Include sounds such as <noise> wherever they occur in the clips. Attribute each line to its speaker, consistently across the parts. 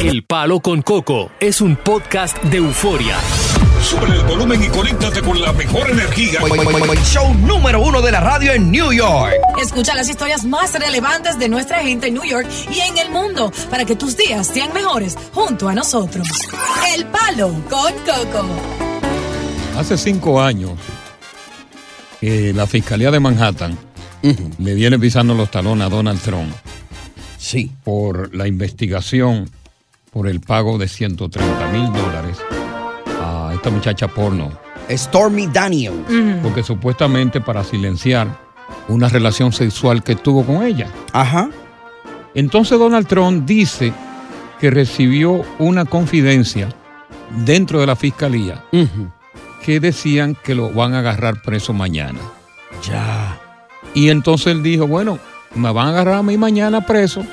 Speaker 1: El Palo con Coco es un podcast de euforia.
Speaker 2: Sube el volumen y conéctate con la mejor energía.
Speaker 3: Show número uno de la radio en New York.
Speaker 4: Escucha las historias más relevantes de nuestra gente en New York y en el mundo para que tus días sean mejores junto a nosotros. El Palo con Coco.
Speaker 5: Hace cinco años que la Fiscalía de Manhattan le viene pisando los talones a Donald Trump
Speaker 3: Sí.
Speaker 5: por la investigación por el pago de 130 mil dólares a esta muchacha porno.
Speaker 3: Stormy Daniels.
Speaker 5: Porque supuestamente para silenciar una relación sexual que tuvo con ella.
Speaker 3: Ajá.
Speaker 5: Entonces Donald Trump dice que recibió una confidencia dentro de la fiscalía que decían que lo van a agarrar preso mañana.
Speaker 3: Ya.
Speaker 5: Y entonces él dijo, bueno, me van a agarrar a mí mañana preso.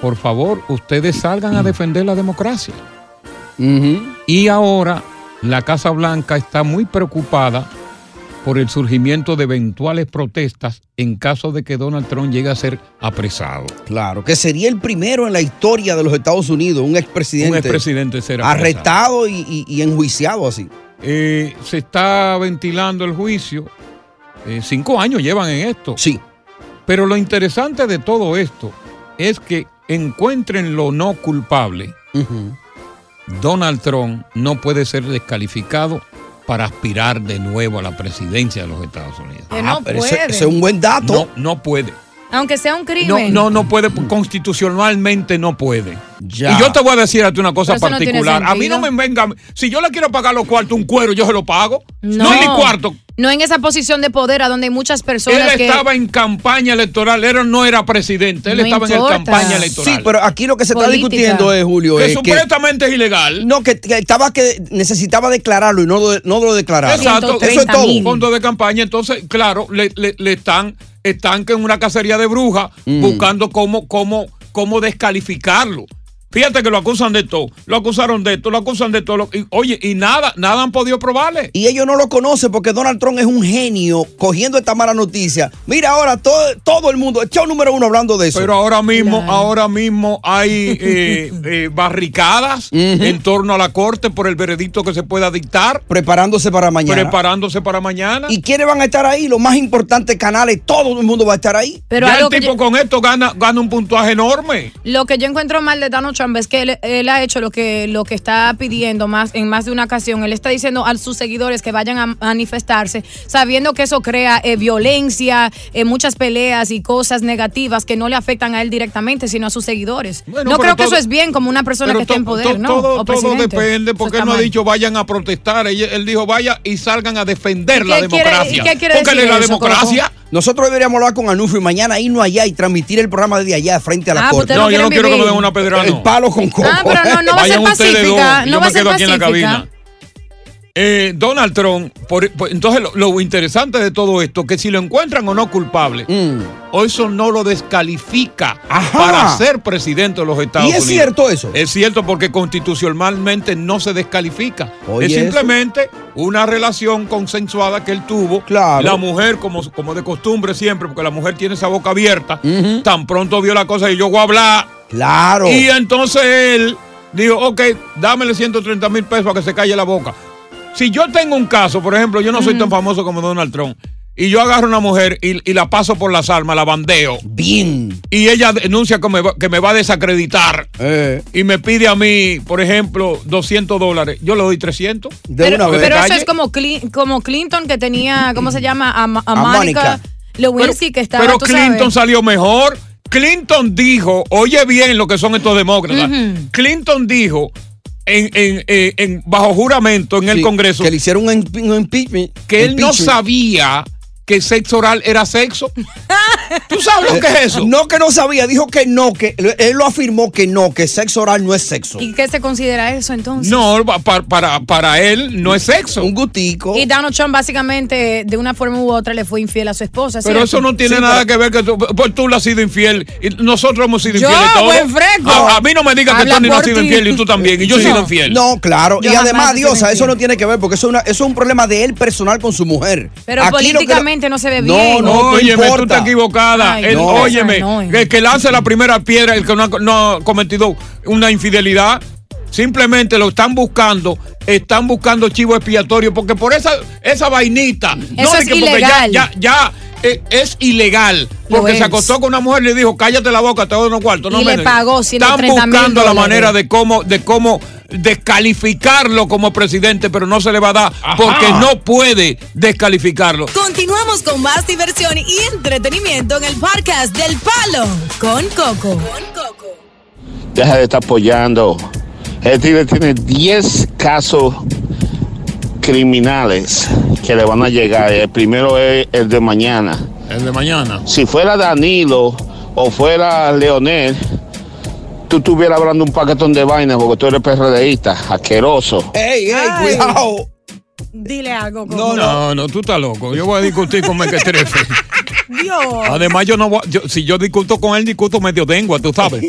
Speaker 5: Por favor, ustedes salgan a defender la democracia. Y ahora la Casa Blanca está muy preocupada por el surgimiento de eventuales protestas en caso de que Donald Trump llegue a ser apresado.
Speaker 3: Claro, que sería el primero en la historia de los Estados Unidos, un
Speaker 5: Un
Speaker 3: expresidente
Speaker 5: expresidente será apresado.
Speaker 3: arrestado y, y- y enjuiciado así.
Speaker 5: Eh, se está ventilando el juicio. Eh, cinco años llevan en esto.
Speaker 3: Sí.
Speaker 5: Pero lo interesante de todo esto es que encuentren lo no culpable.
Speaker 3: Ujú.
Speaker 5: Donald Trump no puede ser descalificado para aspirar de nuevo a la presidencia de los Estados Unidos.
Speaker 6: Que no
Speaker 3: Ah, Pero
Speaker 6: puede.
Speaker 3: ese, ese es un buen dato.
Speaker 5: No, no puede.
Speaker 6: Aunque sea un
Speaker 5: No,
Speaker 6: crimen.
Speaker 5: no, no puede. Constitucionalmente no puede.
Speaker 3: Ya.
Speaker 5: Y yo te voy a decir a ti una cosa
Speaker 6: Pero eso no tiene
Speaker 5: particular. a mí no me
Speaker 6: sentido.
Speaker 5: venga. Si yo le quiero pagar los cuartos, un cuero, yo se lo pago. No, es mi cuarto.
Speaker 6: No en esa posición de poder a donde hay muchas
Speaker 5: Él
Speaker 6: personas que.
Speaker 5: estaba en campaña electoral, él no era presidente, él
Speaker 6: No
Speaker 5: estaba
Speaker 6: importa.
Speaker 5: en el campaña electoral.
Speaker 3: Sí, pero aquí lo que se está
Speaker 6: Política.
Speaker 3: discutiendo es, Julio,
Speaker 5: que
Speaker 3: es que...
Speaker 5: supuestamente es ilegal.
Speaker 3: No, que, que estaba que necesitaba declararlo y no, lo- no lo declararon.
Speaker 5: Exacto,
Speaker 3: Eso es todo.
Speaker 5: Un fondo de campaña, entonces, claro, le, le- le están, están que en una cacería de brujas
Speaker 3: Mm.
Speaker 5: buscando cómo, cómo, cómo descalificarlo. Fíjate que lo acusan de todo, lo acusaron de esto, lo acusan de todo. lo- y, oye, y nada, nada han podido probarle.
Speaker 3: Y ellos no lo conocen porque Donald Trump es un genio cogiendo esta mala noticia. Mira ahora todo, todo el mundo, el show número uno hablando de eso.
Speaker 5: Pero ahora mismo, ahora mismo
Speaker 6: <laughs>
Speaker 5: hay eh, eh, barricadas en torno a la corte por el veredicto que se pueda dictar,
Speaker 3: preparándose para mañana.
Speaker 5: preparándose para mañana.
Speaker 3: ¿Y quiénes van a estar ahí? Los más importantes canales, todo el mundo va a estar ahí.
Speaker 6: Pero
Speaker 5: ya el
Speaker 6: algo que
Speaker 5: tipo
Speaker 6: yo-
Speaker 5: con esto gana, gana un puntaje enorme.
Speaker 6: lo que yo encuentro mal de Donald Trump es que él, él ha hecho lo que, lo que está pidiendo más en más de una ocasión. Él está diciendo a sus seguidores que vayan a manifestarse, sabiendo que eso crea eh, violencia, eh, muchas peleas y cosas negativas que no le afectan a él directamente, sino a sus seguidores.
Speaker 5: Bueno,
Speaker 6: no
Speaker 5: pero
Speaker 6: creo que
Speaker 5: todo-
Speaker 6: eso es bien como una persona
Speaker 5: Pero
Speaker 6: que está
Speaker 5: to-
Speaker 6: en poder,
Speaker 5: to-
Speaker 6: ¿no?
Speaker 5: Todo, todo
Speaker 6: O presidente.
Speaker 5: depende,
Speaker 6: Eso
Speaker 5: porque él
Speaker 6: está
Speaker 5: no ha
Speaker 6: mal.
Speaker 5: dijo vayan a protestar. Él, él dijo vaya y salgan a defender
Speaker 6: ¿Y
Speaker 5: la
Speaker 6: qué quiere-
Speaker 5: democracia.
Speaker 6: Eh, y qué quiere
Speaker 5: porque él es
Speaker 6: decir
Speaker 5: la
Speaker 6: eso,
Speaker 5: democracia.
Speaker 3: Nosotros deberíamos hablar con Anufo y mañana irnos allá y transmitir el programa desde allá frente a la
Speaker 6: Ah, pues
Speaker 3: corte.
Speaker 6: ustedes
Speaker 5: No, yo no
Speaker 6: quieren
Speaker 5: quiero que me
Speaker 6: vivir.
Speaker 5: den una pedrada.
Speaker 3: El
Speaker 5: no.
Speaker 3: palo con coco.
Speaker 6: Ah, pero no, no va a ser
Speaker 5: Vayan ustedes
Speaker 6: pacífica.
Speaker 5: dos,
Speaker 6: No
Speaker 5: yo
Speaker 6: va a
Speaker 5: me
Speaker 6: ser
Speaker 5: quedo aquí en la
Speaker 6: pacífica.
Speaker 5: cabina. Eh, Donald Trump, por- por- entonces lo, lo interesante de todo esto, que si lo encuentran o no culpable,
Speaker 3: Mm.
Speaker 5: o eso no lo descalifica
Speaker 3: Ajá.
Speaker 5: para ser presidente de los Estados
Speaker 3: ¿Y es
Speaker 5: Unidos.
Speaker 3: cierto eso?
Speaker 5: Es cierto porque constitucionalmente no se descalifica.
Speaker 3: Oye,
Speaker 5: es
Speaker 3: eso.
Speaker 5: simplemente una relación consensuada que él tuvo.
Speaker 3: Claro.
Speaker 5: La mujer, como, como de costumbre siempre, porque la mujer tiene esa boca abierta, tan pronto vio la cosa y yo voy a hablar.
Speaker 3: Claro.
Speaker 5: Y entonces él dijo, ok, dámele 130 mil pesos para que se calle la boca. Si yo tengo un caso, por ejemplo, yo no soy tan famoso como Donald Trump, y yo agarro a una mujer y, y la paso por las armas, la bandeo,
Speaker 3: Bien.
Speaker 5: y ella denuncia que me, va, que me va a desacreditar
Speaker 3: Eh,
Speaker 5: y me pide a mí, por ejemplo, 200 dólares, yo le doy 300.
Speaker 3: de
Speaker 6: Pero,
Speaker 3: una vez.
Speaker 6: pero eso
Speaker 5: Calle.
Speaker 6: es como, Cli- como Clinton que tenía, ¿cómo se llama? A, Ma- a
Speaker 3: A Mónica.
Speaker 6: Mónica Lewinsky
Speaker 5: pero
Speaker 6: que estaba,
Speaker 5: pero
Speaker 6: tú
Speaker 5: Clinton
Speaker 6: sabes.
Speaker 5: salió mejor. Clinton dijo, oye bien lo que son estos demócratas.
Speaker 6: Ujú.
Speaker 5: Clinton dijo en, en- eh, en- en- bajo juramento en el
Speaker 3: Sí,
Speaker 5: Congreso
Speaker 3: Que le hicieron un, imp- un impeachment.
Speaker 5: que él no
Speaker 3: Impeachment.
Speaker 5: sabía que sexo oral era sexo. ¿Tú sabes lo que es eso?
Speaker 3: Eh, No que no sabía, dijo que no, que él lo afirmó que no, que sexo oral no es sexo.
Speaker 6: ¿Y qué se considera eso entonces?
Speaker 5: No, pa- pa- para, para él no es sexo.
Speaker 3: Un gustico.
Speaker 6: Y Donald Trump básicamente de una forma u otra le fue infiel a su esposa.
Speaker 5: Pero
Speaker 6: ¿cierto?
Speaker 5: eso no tiene
Speaker 3: Sí,
Speaker 5: nada que ver que tú, pues tú le has sido infiel. y nosotros hemos sido
Speaker 6: Yo,
Speaker 5: infieles todos.
Speaker 6: buen fresco.
Speaker 5: A, a mí no me digas que
Speaker 6: Habla
Speaker 5: Tony no ha
Speaker 6: por
Speaker 5: sido
Speaker 6: ti.
Speaker 5: infiel y tú también. Y yo he
Speaker 6: No.
Speaker 5: sido infiel.
Speaker 3: No, claro.
Speaker 6: Yo
Speaker 3: y
Speaker 6: jamás
Speaker 3: además,
Speaker 6: he sido
Speaker 3: Diosa, eso
Speaker 6: infiel.
Speaker 3: no tiene que ver porque eso es, una- eso es un problema de él personal con su mujer.
Speaker 6: Pero
Speaker 3: Aquí lo que-
Speaker 6: políticamente no se ve
Speaker 3: No,
Speaker 6: bien.
Speaker 3: no, no
Speaker 5: óyeme, tú
Speaker 3: importa.
Speaker 5: estás equivocada.
Speaker 6: Ay,
Speaker 5: El-
Speaker 3: no.
Speaker 5: Óyeme,
Speaker 6: No, eh. no.
Speaker 5: el que lance la primera piedra, el que no ha, no ha cometido una infidelidad, simplemente lo están buscando, están buscando chivo expiatorio, porque por esa, esa vainita,
Speaker 6: Eso
Speaker 5: de
Speaker 6: es
Speaker 5: que porque
Speaker 6: ilegal.
Speaker 5: ya, ya, ya, eh, es ilegal,
Speaker 6: Lo
Speaker 5: porque
Speaker 6: es.
Speaker 5: se acostó con una mujer y le dijo, cállate la boca, te doy unos cuartos. No
Speaker 6: Y
Speaker 5: me
Speaker 6: le
Speaker 5: des".
Speaker 6: pagó
Speaker 5: Están
Speaker 6: 130 mil
Speaker 5: buscando la
Speaker 6: dólares.
Speaker 5: manera de cómo, de cómo descalificarlo como presidente, pero no se le va a dar, porque no puede descalificarlo.
Speaker 4: Continuamos con más diversión y entretenimiento en el podcast del Palo con Coco.
Speaker 7: Deja de estar apoyando. Él tiene, tiene 10 casos criminales que le van a llegar. El primero es el de mañana.
Speaker 5: El de mañana.
Speaker 7: Si fuera Danilo o fuera Leonel, tú estuvieras hablando un paquetón de vainas porque tú eres PRDista, asqueroso.
Speaker 3: Ey, ey,
Speaker 6: Ay.
Speaker 3: cuidado.
Speaker 6: Dile algo. Coco.
Speaker 5: No, no, no, tú estás loco. Yo voy a discutir con Mequetrefe.
Speaker 3: <laughs>
Speaker 6: Dios.
Speaker 5: Además, yo no voy a- yo- si yo discuto con él, discuto medio lengua, tú
Speaker 3: <laughs>
Speaker 5: sabes.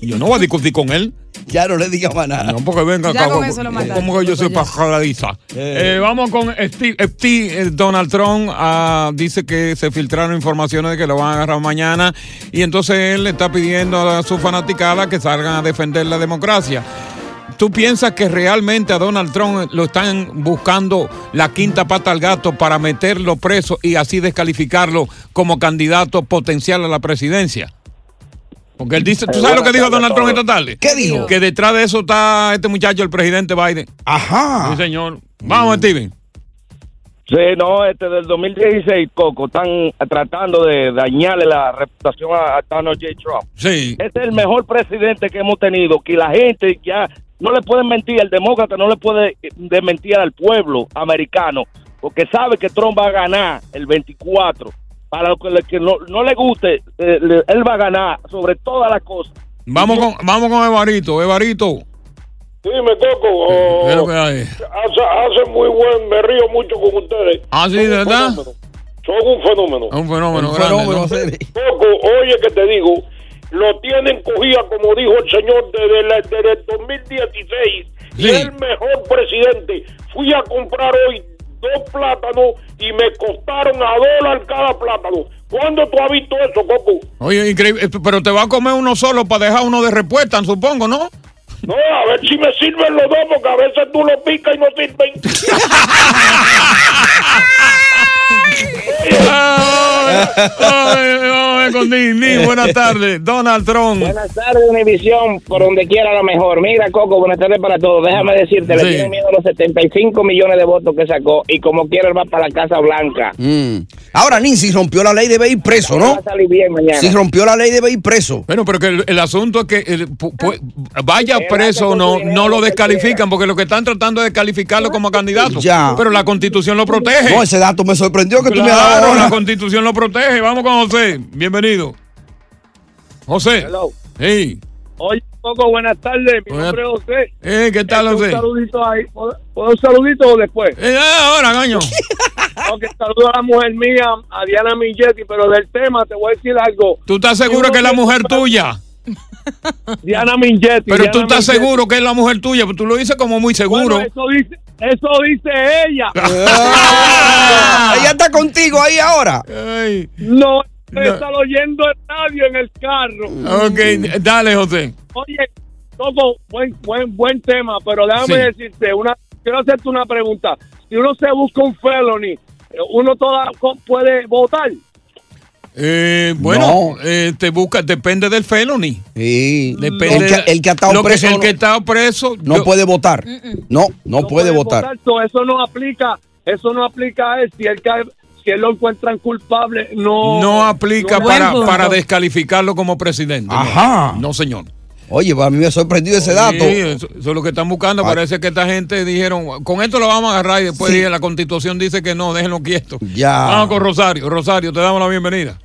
Speaker 5: Yo no voy a discutir con él.
Speaker 3: Ya no le digas más nada.
Speaker 5: No, porque venga
Speaker 6: Ya
Speaker 5: acá.
Speaker 6: con eso lo mataste.
Speaker 5: Como que yo soy
Speaker 6: Ya.
Speaker 5: pajaradiza. Eh, vamos con Steve. Steve, eh, Donald Trump ah, dice que se filtraron informaciones de que lo van a agarrar mañana. Y entonces él le está pidiendo a su fanaticada que salgan a defender la democracia. ¿Tú piensas que realmente a Donald Trump lo están buscando la quinta pata al gato para meterlo preso y así descalificarlo como candidato potencial a la presidencia? Porque él dice, ¿tú sabes lo que dijo Donald Trump esta tarde?
Speaker 3: ¿Qué dijo?
Speaker 5: Que detrás de eso está este muchacho, el presidente Biden. Sí,
Speaker 3: Ajá.
Speaker 5: señor. Vamos, Steven.
Speaker 7: Sí, no, este del 2016, Coco, están tratando de dañarle la reputación a, a Donald J. Trump.
Speaker 5: Sí.
Speaker 7: Este es el mejor presidente que hemos tenido, que la gente ya no le puede mentir, el demócrata no le puede mentir al pueblo americano, porque sabe que Trump va a ganar el 24. Para lo que, le- que no, no le guste, eh, le- él va a ganar sobre todas las cosas.
Speaker 5: Vamos con, vamos con Evarito. Evarito.
Speaker 8: Dime, Coco.
Speaker 5: ¿qué es lo
Speaker 8: oh,
Speaker 5: que hay?
Speaker 8: hace, hace muy buen, me río mucho con ustedes.
Speaker 5: Ah, sí,
Speaker 8: Son un
Speaker 5: ¿verdad?
Speaker 8: fenómeno. Son un fenómeno.
Speaker 5: Es un fenómeno grande.
Speaker 3: Fenómeno,
Speaker 5: ¿no?
Speaker 3: serio.
Speaker 8: Coco, oye que te digo, lo tienen cogida, como dijo el señor, desde, la- desde el 2016.
Speaker 5: Sí.
Speaker 8: Y el mejor presidente. Fui a comprar hoy dos plátanos y me costaron a dólar cada plátano. ¿Cuándo tú has visto eso, Coco?
Speaker 5: Oye, increíble. Eh, Pero te va a comer uno solo para dejar uno de respuesta, supongo, ¿no?
Speaker 8: No, a ver si me sirven los dos, porque a veces tú lo picas y no sirven.
Speaker 5: Ay, ay, vamos a ver con
Speaker 7: <laughs>
Speaker 5: Disney. Buenas tardes, Donald Trump.
Speaker 7: Buenas tardes, Univisión, por donde quiera lo mejor. Mira, Coco, buenas tardes para todos. Déjame decirte,
Speaker 5: Sí.
Speaker 7: le tienen miedo a los 75 millones de votos que sacó y como quiera él va para la Casa Blanca.
Speaker 3: Mm. Ahora, Nancy rompió la ley debe ir preso,
Speaker 7: Va
Speaker 3: ¿no?
Speaker 7: a salir bien mañana.
Speaker 3: Si rompió la ley debe ir preso.
Speaker 5: Bueno, pero que el, el asunto es que el pu- pu-
Speaker 7: Ah.
Speaker 5: vaya
Speaker 7: Él hace
Speaker 5: preso o
Speaker 7: con
Speaker 5: no,
Speaker 7: su dinero
Speaker 5: no lo
Speaker 7: lo que
Speaker 5: descalifican, porque lo que están tratando es descalificarlo como candidato.
Speaker 3: Ya.
Speaker 5: Pero la constitución lo protege.
Speaker 3: No, ese dato me sorprendió que tú me has dado
Speaker 5: Claro, la
Speaker 3: ahora.
Speaker 5: constitución lo protege. Vamos con José. Bienvenido. José.
Speaker 7: Hello.
Speaker 5: Sí.
Speaker 8: Oye, Coco, buenas tardes. Mi
Speaker 5: Buenas-
Speaker 8: nombre es José.
Speaker 5: Eh, ¿Qué tal,
Speaker 8: Este,
Speaker 5: José?
Speaker 8: Un saludito ahí. ¿Puedo puedo un saludito después?
Speaker 5: Eh, ahora,
Speaker 8: <laughs>
Speaker 5: gaño.
Speaker 8: Aunque saludo a la mujer mía, a Diana Milletti, pero del tema te voy a decir algo.
Speaker 5: ¿Tú estás seguro que es la mujer tuya?
Speaker 8: Diana Milletti.
Speaker 5: Pero
Speaker 8: Diana
Speaker 5: tú estás
Speaker 8: Milletti.
Speaker 5: seguro que es la mujer tuya. pues Tú lo dices como muy
Speaker 8: Bueno,
Speaker 5: seguro.
Speaker 8: eso, dice, eso dice ella.
Speaker 3: Ah, Ella está contigo ahí ahora.
Speaker 5: Ay.
Speaker 8: No
Speaker 5: No.
Speaker 8: está oyendo el radio en el carro.
Speaker 9: eh,
Speaker 5: Ok, dale, José.
Speaker 8: Oye, Coco, buen, buen, buen tema, pero déjame
Speaker 5: Sí.
Speaker 8: decirte, una, quiero hacerte una pregunta. Si uno se busca un felony, eh, uno toda co- puede votar.
Speaker 5: Eh, bueno,
Speaker 3: No.
Speaker 5: eh, te busca, depende del felony.
Speaker 3: Sí.
Speaker 5: Depende
Speaker 3: el,
Speaker 5: de-
Speaker 3: que, el que ha estado
Speaker 5: lo que-
Speaker 3: preso
Speaker 5: el
Speaker 3: no,
Speaker 5: que está preso
Speaker 3: no
Speaker 5: yo-
Speaker 3: puede votar. No, no, puede votar.
Speaker 8: So, Eso no aplica, eso no aplica a él. Si él, cae- si él lo encuentran culpable, no.
Speaker 5: no aplica
Speaker 8: no-
Speaker 5: para,
Speaker 6: Buen punto.
Speaker 5: para descalificarlo como presidente. no.
Speaker 3: Ajá.
Speaker 5: No, señor.
Speaker 3: Oye, a mí me ha sorprendido ese
Speaker 5: Sí,
Speaker 3: dato. Ah.
Speaker 5: eso, eso es lo que están buscando. Parece que esta gente dijeron, con esto lo vamos a agarrar y después dije, la constitución dice que no, déjenlo quieto.
Speaker 3: Ya.
Speaker 5: Vamos con Rosario. Rosario, te damos la bienvenida.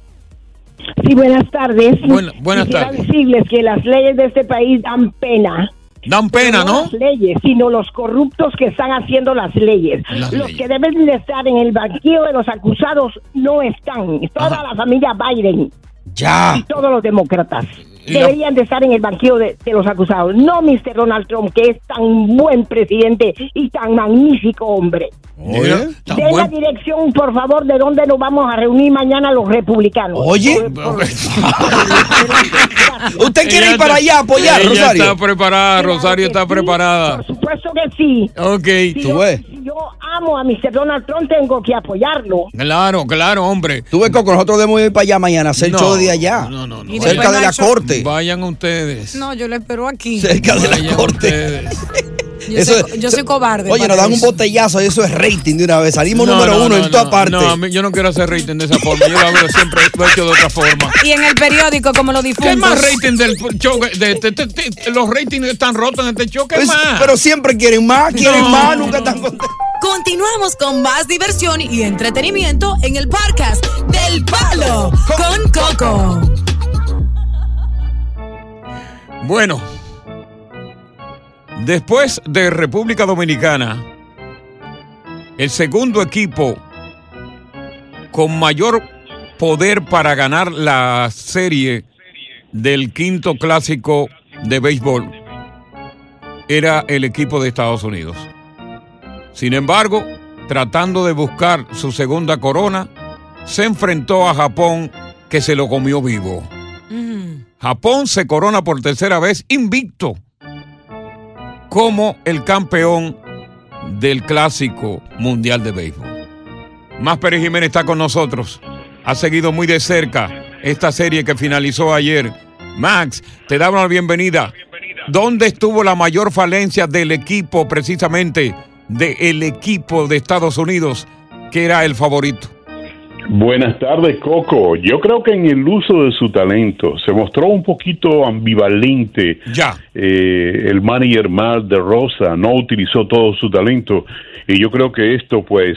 Speaker 10: Sí, buenas tardes.
Speaker 5: buenas
Speaker 10: Quisiera
Speaker 5: tardes.
Speaker 10: decirles que las leyes de este país dan pena.
Speaker 5: Dan pena,
Speaker 10: no,
Speaker 5: ¿no?
Speaker 10: las leyes, sino los corruptos que están haciendo las leyes.
Speaker 5: Las
Speaker 10: los
Speaker 5: leyes.
Speaker 10: que deben de estar en el banquillo de los acusados no están. Toda la familia Biden.
Speaker 3: Ya.
Speaker 10: Y todos los demócratas.
Speaker 11: Y la-
Speaker 10: Deberían de estar en el banquillo de, de los acusados. No Mr. Donald Trump, que es tan buen presidente y tan magnífico hombre.
Speaker 5: Mira, tan
Speaker 10: De la
Speaker 5: buen-
Speaker 10: dirección, por favor, de dónde nos vamos a reunir mañana los republicanos.
Speaker 3: Oye. <laughs> ¿Usted quiere
Speaker 5: Ella
Speaker 3: ir para
Speaker 5: está-
Speaker 3: allá a apoyar,
Speaker 5: ella
Speaker 3: Rosario?
Speaker 5: está preparada, Rosario está preparada.
Speaker 10: Por supuesto que sí.
Speaker 5: Ok.
Speaker 10: Si yo, si yo amo a Mr. Donald Trump, tengo que apoyarlo.
Speaker 5: Claro, claro, hombre.
Speaker 3: Tú ves, Coco, nosotros debemos ir para allá mañana, hacer
Speaker 5: No,
Speaker 3: show de allá.
Speaker 5: no, no, no.
Speaker 3: Y Cerca de la corte.
Speaker 5: Vayan ustedes.
Speaker 6: No, yo lo espero aquí.
Speaker 3: <laughs> Cerca de la corte.
Speaker 6: Yo,
Speaker 3: Eso
Speaker 6: soy, yo soy cobarde.
Speaker 3: Oye, nos
Speaker 6: para
Speaker 3: dan un
Speaker 6: eso.
Speaker 3: botellazo y eso es rating de una vez. Salimos
Speaker 5: No,
Speaker 3: número
Speaker 5: no,
Speaker 3: uno
Speaker 5: no,
Speaker 3: en toda
Speaker 5: no,
Speaker 3: parte.
Speaker 5: No, a mí- yo no quiero hacer rating de esa forma. Yo lo hago siempre lo he hecho de otra forma.
Speaker 6: Y en el periódico, como lo difunde.
Speaker 5: ¿Qué más rating del show? De- de- de- de- los ratings están rotos en este show. ¿Qué
Speaker 3: Pues,
Speaker 5: más?
Speaker 3: pero siempre quieren más, quieren
Speaker 5: No, <laughs>
Speaker 3: más,
Speaker 5: no,
Speaker 3: nunca están
Speaker 4: Continuamos con más diversión y entretenimiento en el podcast del Palo con Coco.
Speaker 5: Bueno, después de República Dominicana, el segundo equipo con mayor poder para ganar la serie del quinto clásico de béisbol era el equipo de Estados Unidos. Sin embargo, tratando de buscar su segunda corona, se enfrentó a Japón que se lo comió vivo. Japón se corona por tercera vez invicto como el campeón del clásico mundial de béisbol. Más Pérez Jiménez está con nosotros. Ha seguido muy de cerca esta serie que finalizó ayer. Max, te damos la bienvenida. ¿Dónde estuvo la mayor falencia del equipo, precisamente del equipo de Estados Unidos, que era el favorito?
Speaker 12: Buenas tardes, Coco. Yo creo que en el uso de su talento se mostró un poquito ambivalente.
Speaker 5: Ya.
Speaker 12: Eh, el manager Mar de Rosa no utilizó todo su talento y yo creo que esto, pues,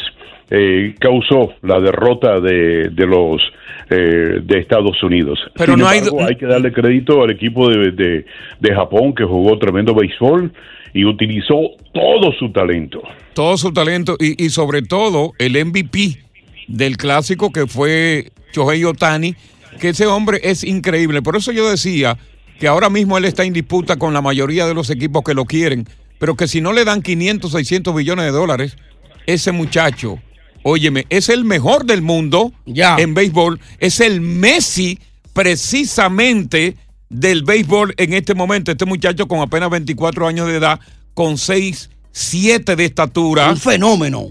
Speaker 12: eh, causó la derrota de, de los eh, de Estados Unidos.
Speaker 5: Pero
Speaker 12: Sin
Speaker 5: no hay-
Speaker 12: embargo, hay que darle crédito al equipo de, de- de Japón que jugó tremendo béisbol y utilizó todo su talento.
Speaker 5: todo su talento y, y sobre todo el MVP del clásico que fue Shohei Otani, que ese hombre es increíble. Por eso yo decía que ahora mismo él está en disputa con la mayoría de los equipos que lo quieren, pero que si no le dan 500, 600 billones de dólares, ese muchacho, óyeme, es el mejor del mundo en béisbol, es el Messi precisamente del béisbol en este momento. Este muchacho con apenas 24 años de edad, con 6, 7 de estatura. Un
Speaker 3: fenómeno.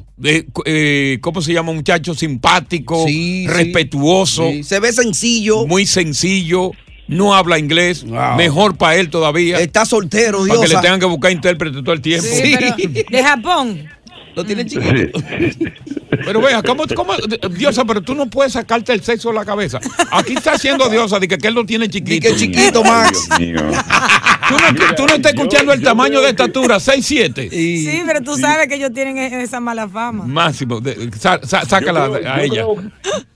Speaker 5: ¿Cómo se llama? Muchacho simpático,
Speaker 3: Sí, sí.
Speaker 5: respetuoso.
Speaker 3: Sí, Se ve sencillo.
Speaker 5: Muy sencillo. No habla inglés. Mejor para él todavía.
Speaker 3: Está soltero,
Speaker 5: Para que
Speaker 3: Diosa.
Speaker 5: le tengan que buscar intérprete todo el tiempo.
Speaker 6: Sí, pero de Japón.
Speaker 3: Lo tienen chiquito.
Speaker 5: Pero vea, ¿cómo, cómo- Diosa, pero tú no puedes sacarte el sexo de la cabeza. Aquí está haciendo Diosa de que, que él lo tiene chiquito.
Speaker 3: chiquito, Max.
Speaker 12: Dios mío.
Speaker 5: Tú no, tú no estás escuchando el tamaño de estatura, 6'7".
Speaker 6: Sí, pero tú sabes que ellos tienen e- esa mala fama.
Speaker 5: Máximo, de- sa- sa- sácala
Speaker 12: Yo creo-
Speaker 5: a
Speaker 12: yo
Speaker 5: ella.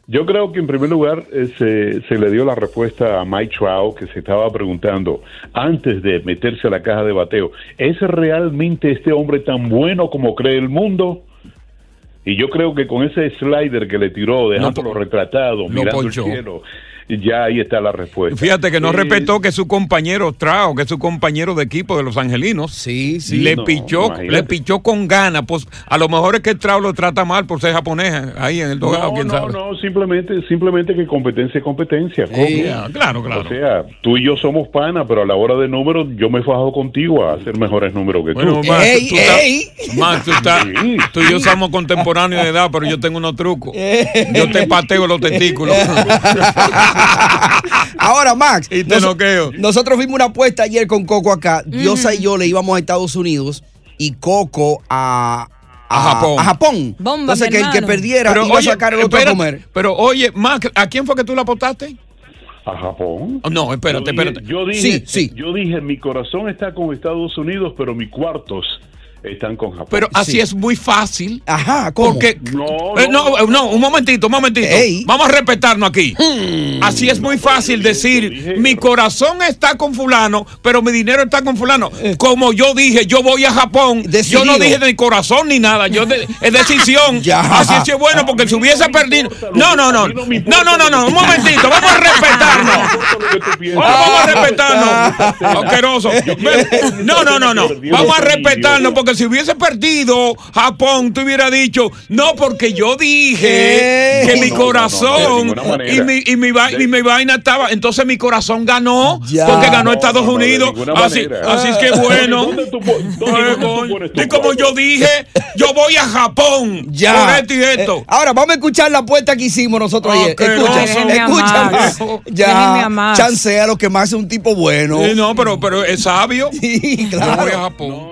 Speaker 12: Yo creo que en primer lugar eh, se, se le dio la respuesta a Mike Trout que se estaba preguntando antes de meterse a la caja de bateo, ¿es realmente este hombre tan bueno como cree el mundo? Y yo creo que con ese slider que le tiró, dejándolo retratado, mirando
Speaker 5: ponchó.
Speaker 12: el cielo, ya ahí está la respuesta.
Speaker 5: Fíjate que no
Speaker 12: Eh,
Speaker 5: respetó que su compañero Trao, que es su compañero de equipo de los angelinos,
Speaker 12: sí.
Speaker 5: le
Speaker 12: No,
Speaker 5: pichó,
Speaker 12: imagínate.
Speaker 5: le pichó con ganas. Pues a lo mejor es que Trao lo trata mal por ser japonés eh, ahí en el dogado,
Speaker 12: no,
Speaker 5: quién
Speaker 12: no,
Speaker 5: sabe.
Speaker 12: no, simplemente, simplemente que competencia es competencia. Coco.
Speaker 5: ya, Ah, claro, claro.
Speaker 12: O sea, tú y yo somos panas, pero a la hora de números yo me fajo contigo a hacer mejores números que
Speaker 5: Bueno,
Speaker 12: tú.
Speaker 5: Max, tú, estás- Max, tú estás- tú y yo somos contemporáneos de edad, pero yo tengo unos trucos. Yo te pateo los testículos.
Speaker 3: Ahora, Max.
Speaker 5: Y te noqueo.
Speaker 3: Nosotros vimos una apuesta ayer con Coco acá. Diosa y yo le íbamos a Estados Unidos y Coco a.
Speaker 5: A Japón.
Speaker 3: A Japón. Entonces, que el que perdiera iba a sacar el otro a
Speaker 5: espérate,
Speaker 3: comer.
Speaker 5: Pero oye, Max, ¿a quién fue que tú le apostaste?
Speaker 12: a Japón.
Speaker 5: Oh, No, espérate,
Speaker 12: Yo dije-
Speaker 5: espérate.
Speaker 12: Yo dije,
Speaker 5: Sí, sí.
Speaker 12: yo dije, mi corazón está con Estados Unidos, pero mis cuartos están con Japón.
Speaker 5: Pero así es muy fácil.
Speaker 3: Ajá,
Speaker 12: pues, ¿cómo?
Speaker 5: Porque,
Speaker 12: no,
Speaker 5: Eh, no, eh, no, un momentito, un momentito. Vamos a respetarnos aquí. Así es muy fácil decir, mi corazón está con fulano, pero mi dinero está con fulano. Como yo dije, yo voy a Japón. Yo no
Speaker 11: Decidido.
Speaker 5: dije de mi corazón ni nada. Yo de- es decisión.
Speaker 11: Ya.
Speaker 5: Así es que bueno, porque si hubiese perdido. No, no, no. No, no, no, <laughs> no. Un momentito. Vamos a respetarnos. Oh, vamos a respetarnos.
Speaker 11: Ah.
Speaker 5: Asqueroso. Ven. No, no, no, no. Vamos a respetarnos porque si hubiese perdido Japón, te hubiera dicho, no, porque yo dije
Speaker 11: Eh.
Speaker 5: que
Speaker 11: No,
Speaker 5: mi
Speaker 11: no, no,
Speaker 5: corazón
Speaker 11: de ninguna manera.
Speaker 5: y mi, y mi va- y mi vaina estaba. Entonces mi corazón ganó
Speaker 11: Ya.
Speaker 5: porque ganó
Speaker 11: No,
Speaker 5: Estados
Speaker 11: no, no, de
Speaker 5: Unidos.
Speaker 11: ninguna
Speaker 5: Así,
Speaker 11: manera. Ah.
Speaker 5: así es que bueno. Eh, coño. Y como yo dije, yo voy a Japón.
Speaker 3: Ya.
Speaker 5: Por esto y esto.
Speaker 3: Eh, ahora vamos a escuchar la apuesta que hicimos nosotros
Speaker 5: Ah,
Speaker 3: ayer. Escucha,
Speaker 5: Asqueroso.
Speaker 3: escucha.
Speaker 5: Déjenme
Speaker 3: Max.
Speaker 5: amar. Déjenme
Speaker 3: Ya.
Speaker 5: amar.
Speaker 3: Chancea lo que más es un tipo bueno.
Speaker 5: Sí, Eh, no, pero, pero es sabio.
Speaker 3: Sí,
Speaker 5: claro. Yo voy a Japón.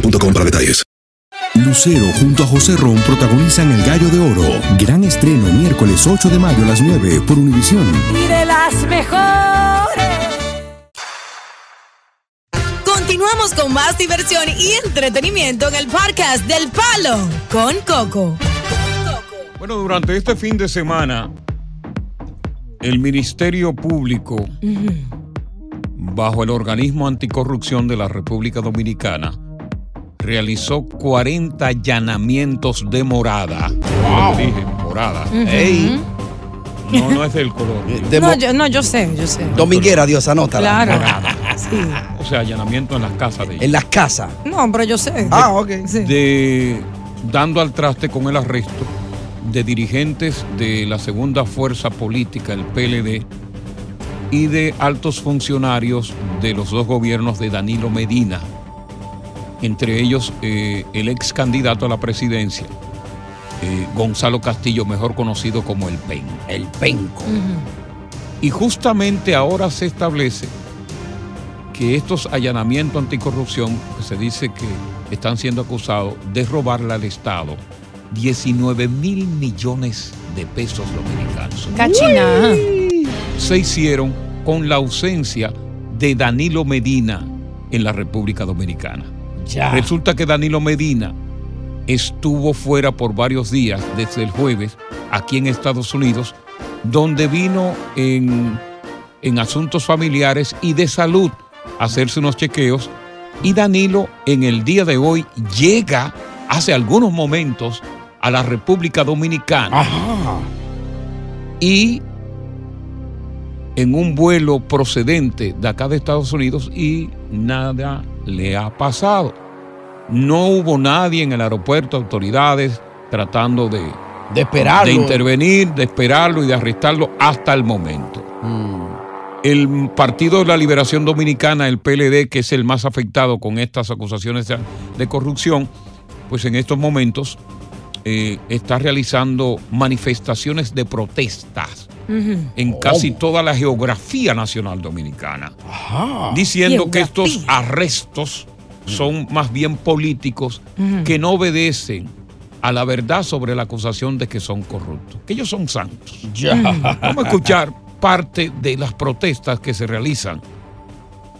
Speaker 13: para detalles.
Speaker 14: Lucero junto a José Ron protagonizan El Gallo de Oro. Gran estreno miércoles 8 de mayo a las 9 por Univisión.
Speaker 15: Y de las mejores.
Speaker 4: Continuamos con más diversión y entretenimiento en el podcast del Palo con Coco.
Speaker 5: Bueno, durante este fin de semana, el Ministerio Público, bajo el organismo anticorrupción de la República Dominicana, realizó 40 allanamientos de morada. Yo le dije, morada.
Speaker 6: Ujú.
Speaker 5: Ey, no, no es del
Speaker 6: <laughs>
Speaker 5: color.
Speaker 6: no, yo, no, yo sé, yo sé.
Speaker 3: Dominguera, Dios, anótala.
Speaker 6: Claro.
Speaker 5: O sea, allanamiento en las casas de ellos.
Speaker 3: En las casas.
Speaker 6: No, pero yo sé.
Speaker 3: Ah, ok.
Speaker 5: de dando al traste con el arresto de dirigentes de la segunda fuerza política, el PLD, y de altos funcionarios de los dos gobiernos de Danilo Medina, entre ellos eh, el ex candidato a la presidencia, eh, Gonzalo Castillo, mejor conocido como el PEN. El PENCO. Y justamente ahora se establece que estos allanamientos anticorrupción, que se dice que están siendo acusados de robarle al Estado 19 mil millones de pesos dominicanos. ¿ah?
Speaker 6: Cachina.
Speaker 5: Se hicieron con la ausencia de Danilo Medina en la República Dominicana.
Speaker 11: Ya.
Speaker 5: Resulta que Danilo Medina estuvo fuera por varios días desde el jueves aquí en Estados Unidos, donde vino en, en asuntos familiares y de salud a hacerse unos chequeos. Y Danilo en el día de hoy llega hace algunos momentos a la República Dominicana. Y en un vuelo procedente de acá de Estados Unidos y nada le ha pasado. No hubo nadie en el aeropuerto, autoridades tratando de,
Speaker 3: De esperarlo.
Speaker 5: de intervenir, de esperarlo y de arrestarlo hasta el momento.
Speaker 3: Mm.
Speaker 5: El Partido de la Liberación Dominicana, el PLD, que es el más afectado con estas acusaciones de, de corrupción, pues en estos momentos eh, está realizando manifestaciones de protestas en casi toda la geografía nacional dominicana, Ah. diciendo que estos arrestos son más bien políticos
Speaker 11: Ujú.
Speaker 5: que no obedecen a la verdad sobre la acusación de que son corruptos, que ellos son santos.
Speaker 11: Ya. Ujú.
Speaker 5: Vamos a escuchar parte de las protestas que se realizan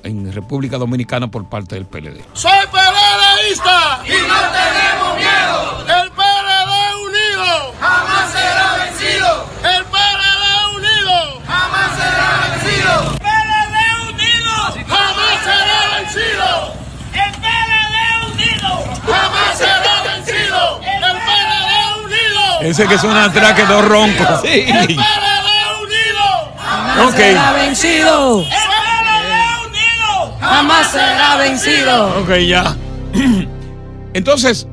Speaker 5: en República Dominicana por parte del PLD.
Speaker 11: Soy PLDista y no tenemos miedo. El PLD unido jamás será vencido. El PLD unido jamás será vencido. PLD unido jamás será vencido. El PLD unido jamás será vencido. El PLD unido.
Speaker 5: Ese que suena atrás quedó ronco.
Speaker 11: El PLD unido
Speaker 5: Ok. será
Speaker 11: vencido. El PLD unido
Speaker 5: Ok, ya. <clears throat> Entonces,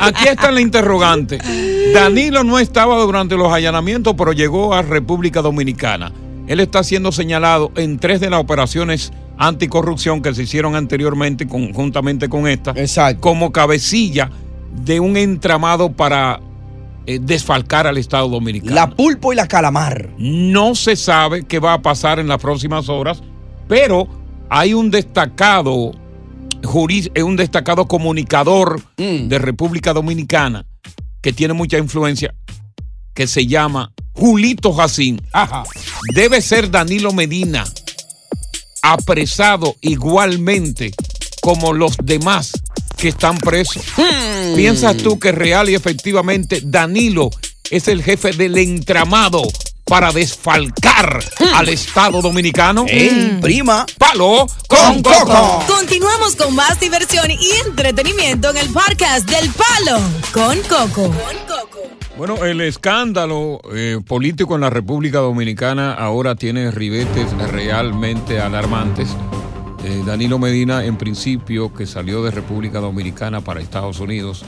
Speaker 5: aquí está la interrogante. Danilo no estaba durante los allanamientos, pero llegó a República Dominicana. Él está siendo señalado en tres de las operaciones anticorrupción que se hicieron anteriormente conjuntamente con esta, como cabecilla de un entramado para eh, desfalcar al Estado Dominicano.
Speaker 3: La pulpo y la calamar.
Speaker 5: No se sabe qué va a pasar en las próximas horas, pero hay un destacado juris- eh, un destacado comunicador de República Dominicana que tiene mucha influencia, que se llama Julito Jacín. Debe ser Danilo Medina, apresado igualmente como los demás que están presos. ¿Piensas tú que real y efectivamente Danilo es el jefe del entramado para desfalcar al Estado Dominicano?
Speaker 3: Ey,
Speaker 5: Hmm. prima! ¡Palo con coco!
Speaker 4: Continuamos con más diversión y entretenimiento en el podcast del Palo con Coco.
Speaker 5: Bueno, el escándalo eh, político en la República Dominicana ahora tiene ribetes realmente alarmantes. Eh, Danilo Medina, en principio, que salió de República Dominicana para Estados Unidos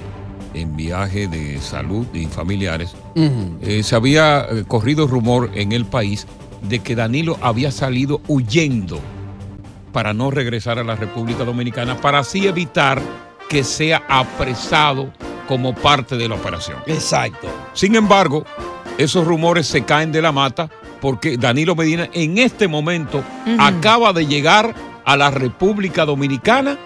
Speaker 5: en viaje de salud y familiares, eh, se había eh, corrido rumor en el país de que Danilo había salido huyendo para no regresar a la República Dominicana, para así evitar que sea apresado como parte de la operación.
Speaker 3: Exacto.
Speaker 5: Sin embargo, esos rumores se caen de la mata porque Danilo Medina en este momento acaba de llegar a la República Dominicana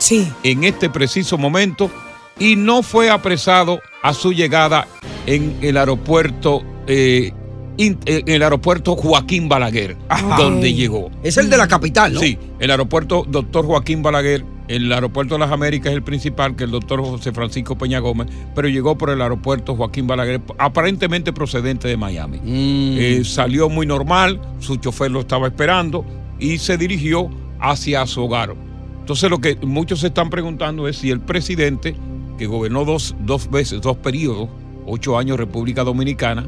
Speaker 5: en este preciso momento y no fue apresado a su llegada en el aeropuerto, eh, in- en el aeropuerto Joaquín Balaguer,
Speaker 3: Ajá.
Speaker 5: donde llegó.
Speaker 3: Es el de la capital, ¿no?
Speaker 5: Sí, el aeropuerto Doctor Joaquín Balaguer, el aeropuerto de las Américas es el principal, que el doctor José Francisco Peña Gómez, pero llegó por el aeropuerto Joaquín Balaguer, aparentemente procedente de Miami.
Speaker 3: Mm.
Speaker 5: Eh, salió muy normal, su chofer lo estaba esperando y se dirigió hacia su hogar. Entonces lo que muchos se están preguntando es si el presidente, que gobernó dos, dos veces, dos periodos, ocho años República Dominicana,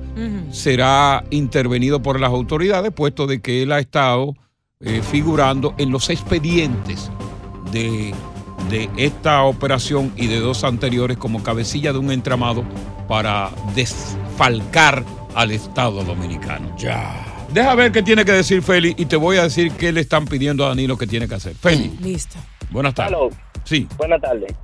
Speaker 5: será intervenido por las autoridades, puesto de que él ha estado eh, figurando en los expedientes de, de esta operación y de dos anteriores como cabecilla de un entramado para desfalcar al Estado dominicano. Ya. Deja ver qué tiene que decir Félix y te voy a decir qué le están pidiendo a Danilo que tiene que hacer. Félix,
Speaker 4: Listo.
Speaker 5: buenas tardes.
Speaker 16: Hello.
Speaker 5: Sí.
Speaker 16: Buenas tardes.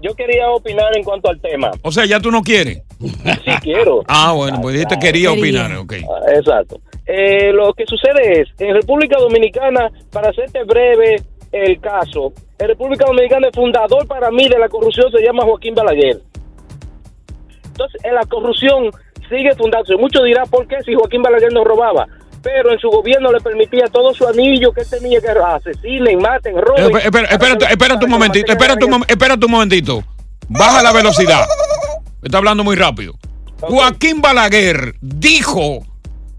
Speaker 16: Yo quería opinar en cuanto al tema.
Speaker 5: O sea, ya tú no quieres.
Speaker 16: Sí quiero.
Speaker 5: <laughs> Ah, bueno, pues dijiste quería opinar, ok.
Speaker 16: Ah, Exacto. Eh, lo que sucede es, en República Dominicana, para hacerte breve el caso, en República Dominicana el fundador para mí de la corrupción se llama Joaquín Balaguer. Entonces, en la corrupción sigue fundándose. Muchos dirán, ¿por qué si Joaquín Balaguer no robaba? Pero en su gobierno le permitía todo su anillo que él tenía que asesinen, maten, roben.
Speaker 5: Espera, espera, espera, espera un momentito, espera un, mom- espera un momentito. Baja la velocidad. Está hablando muy rápido. Joaquín Balaguer dijo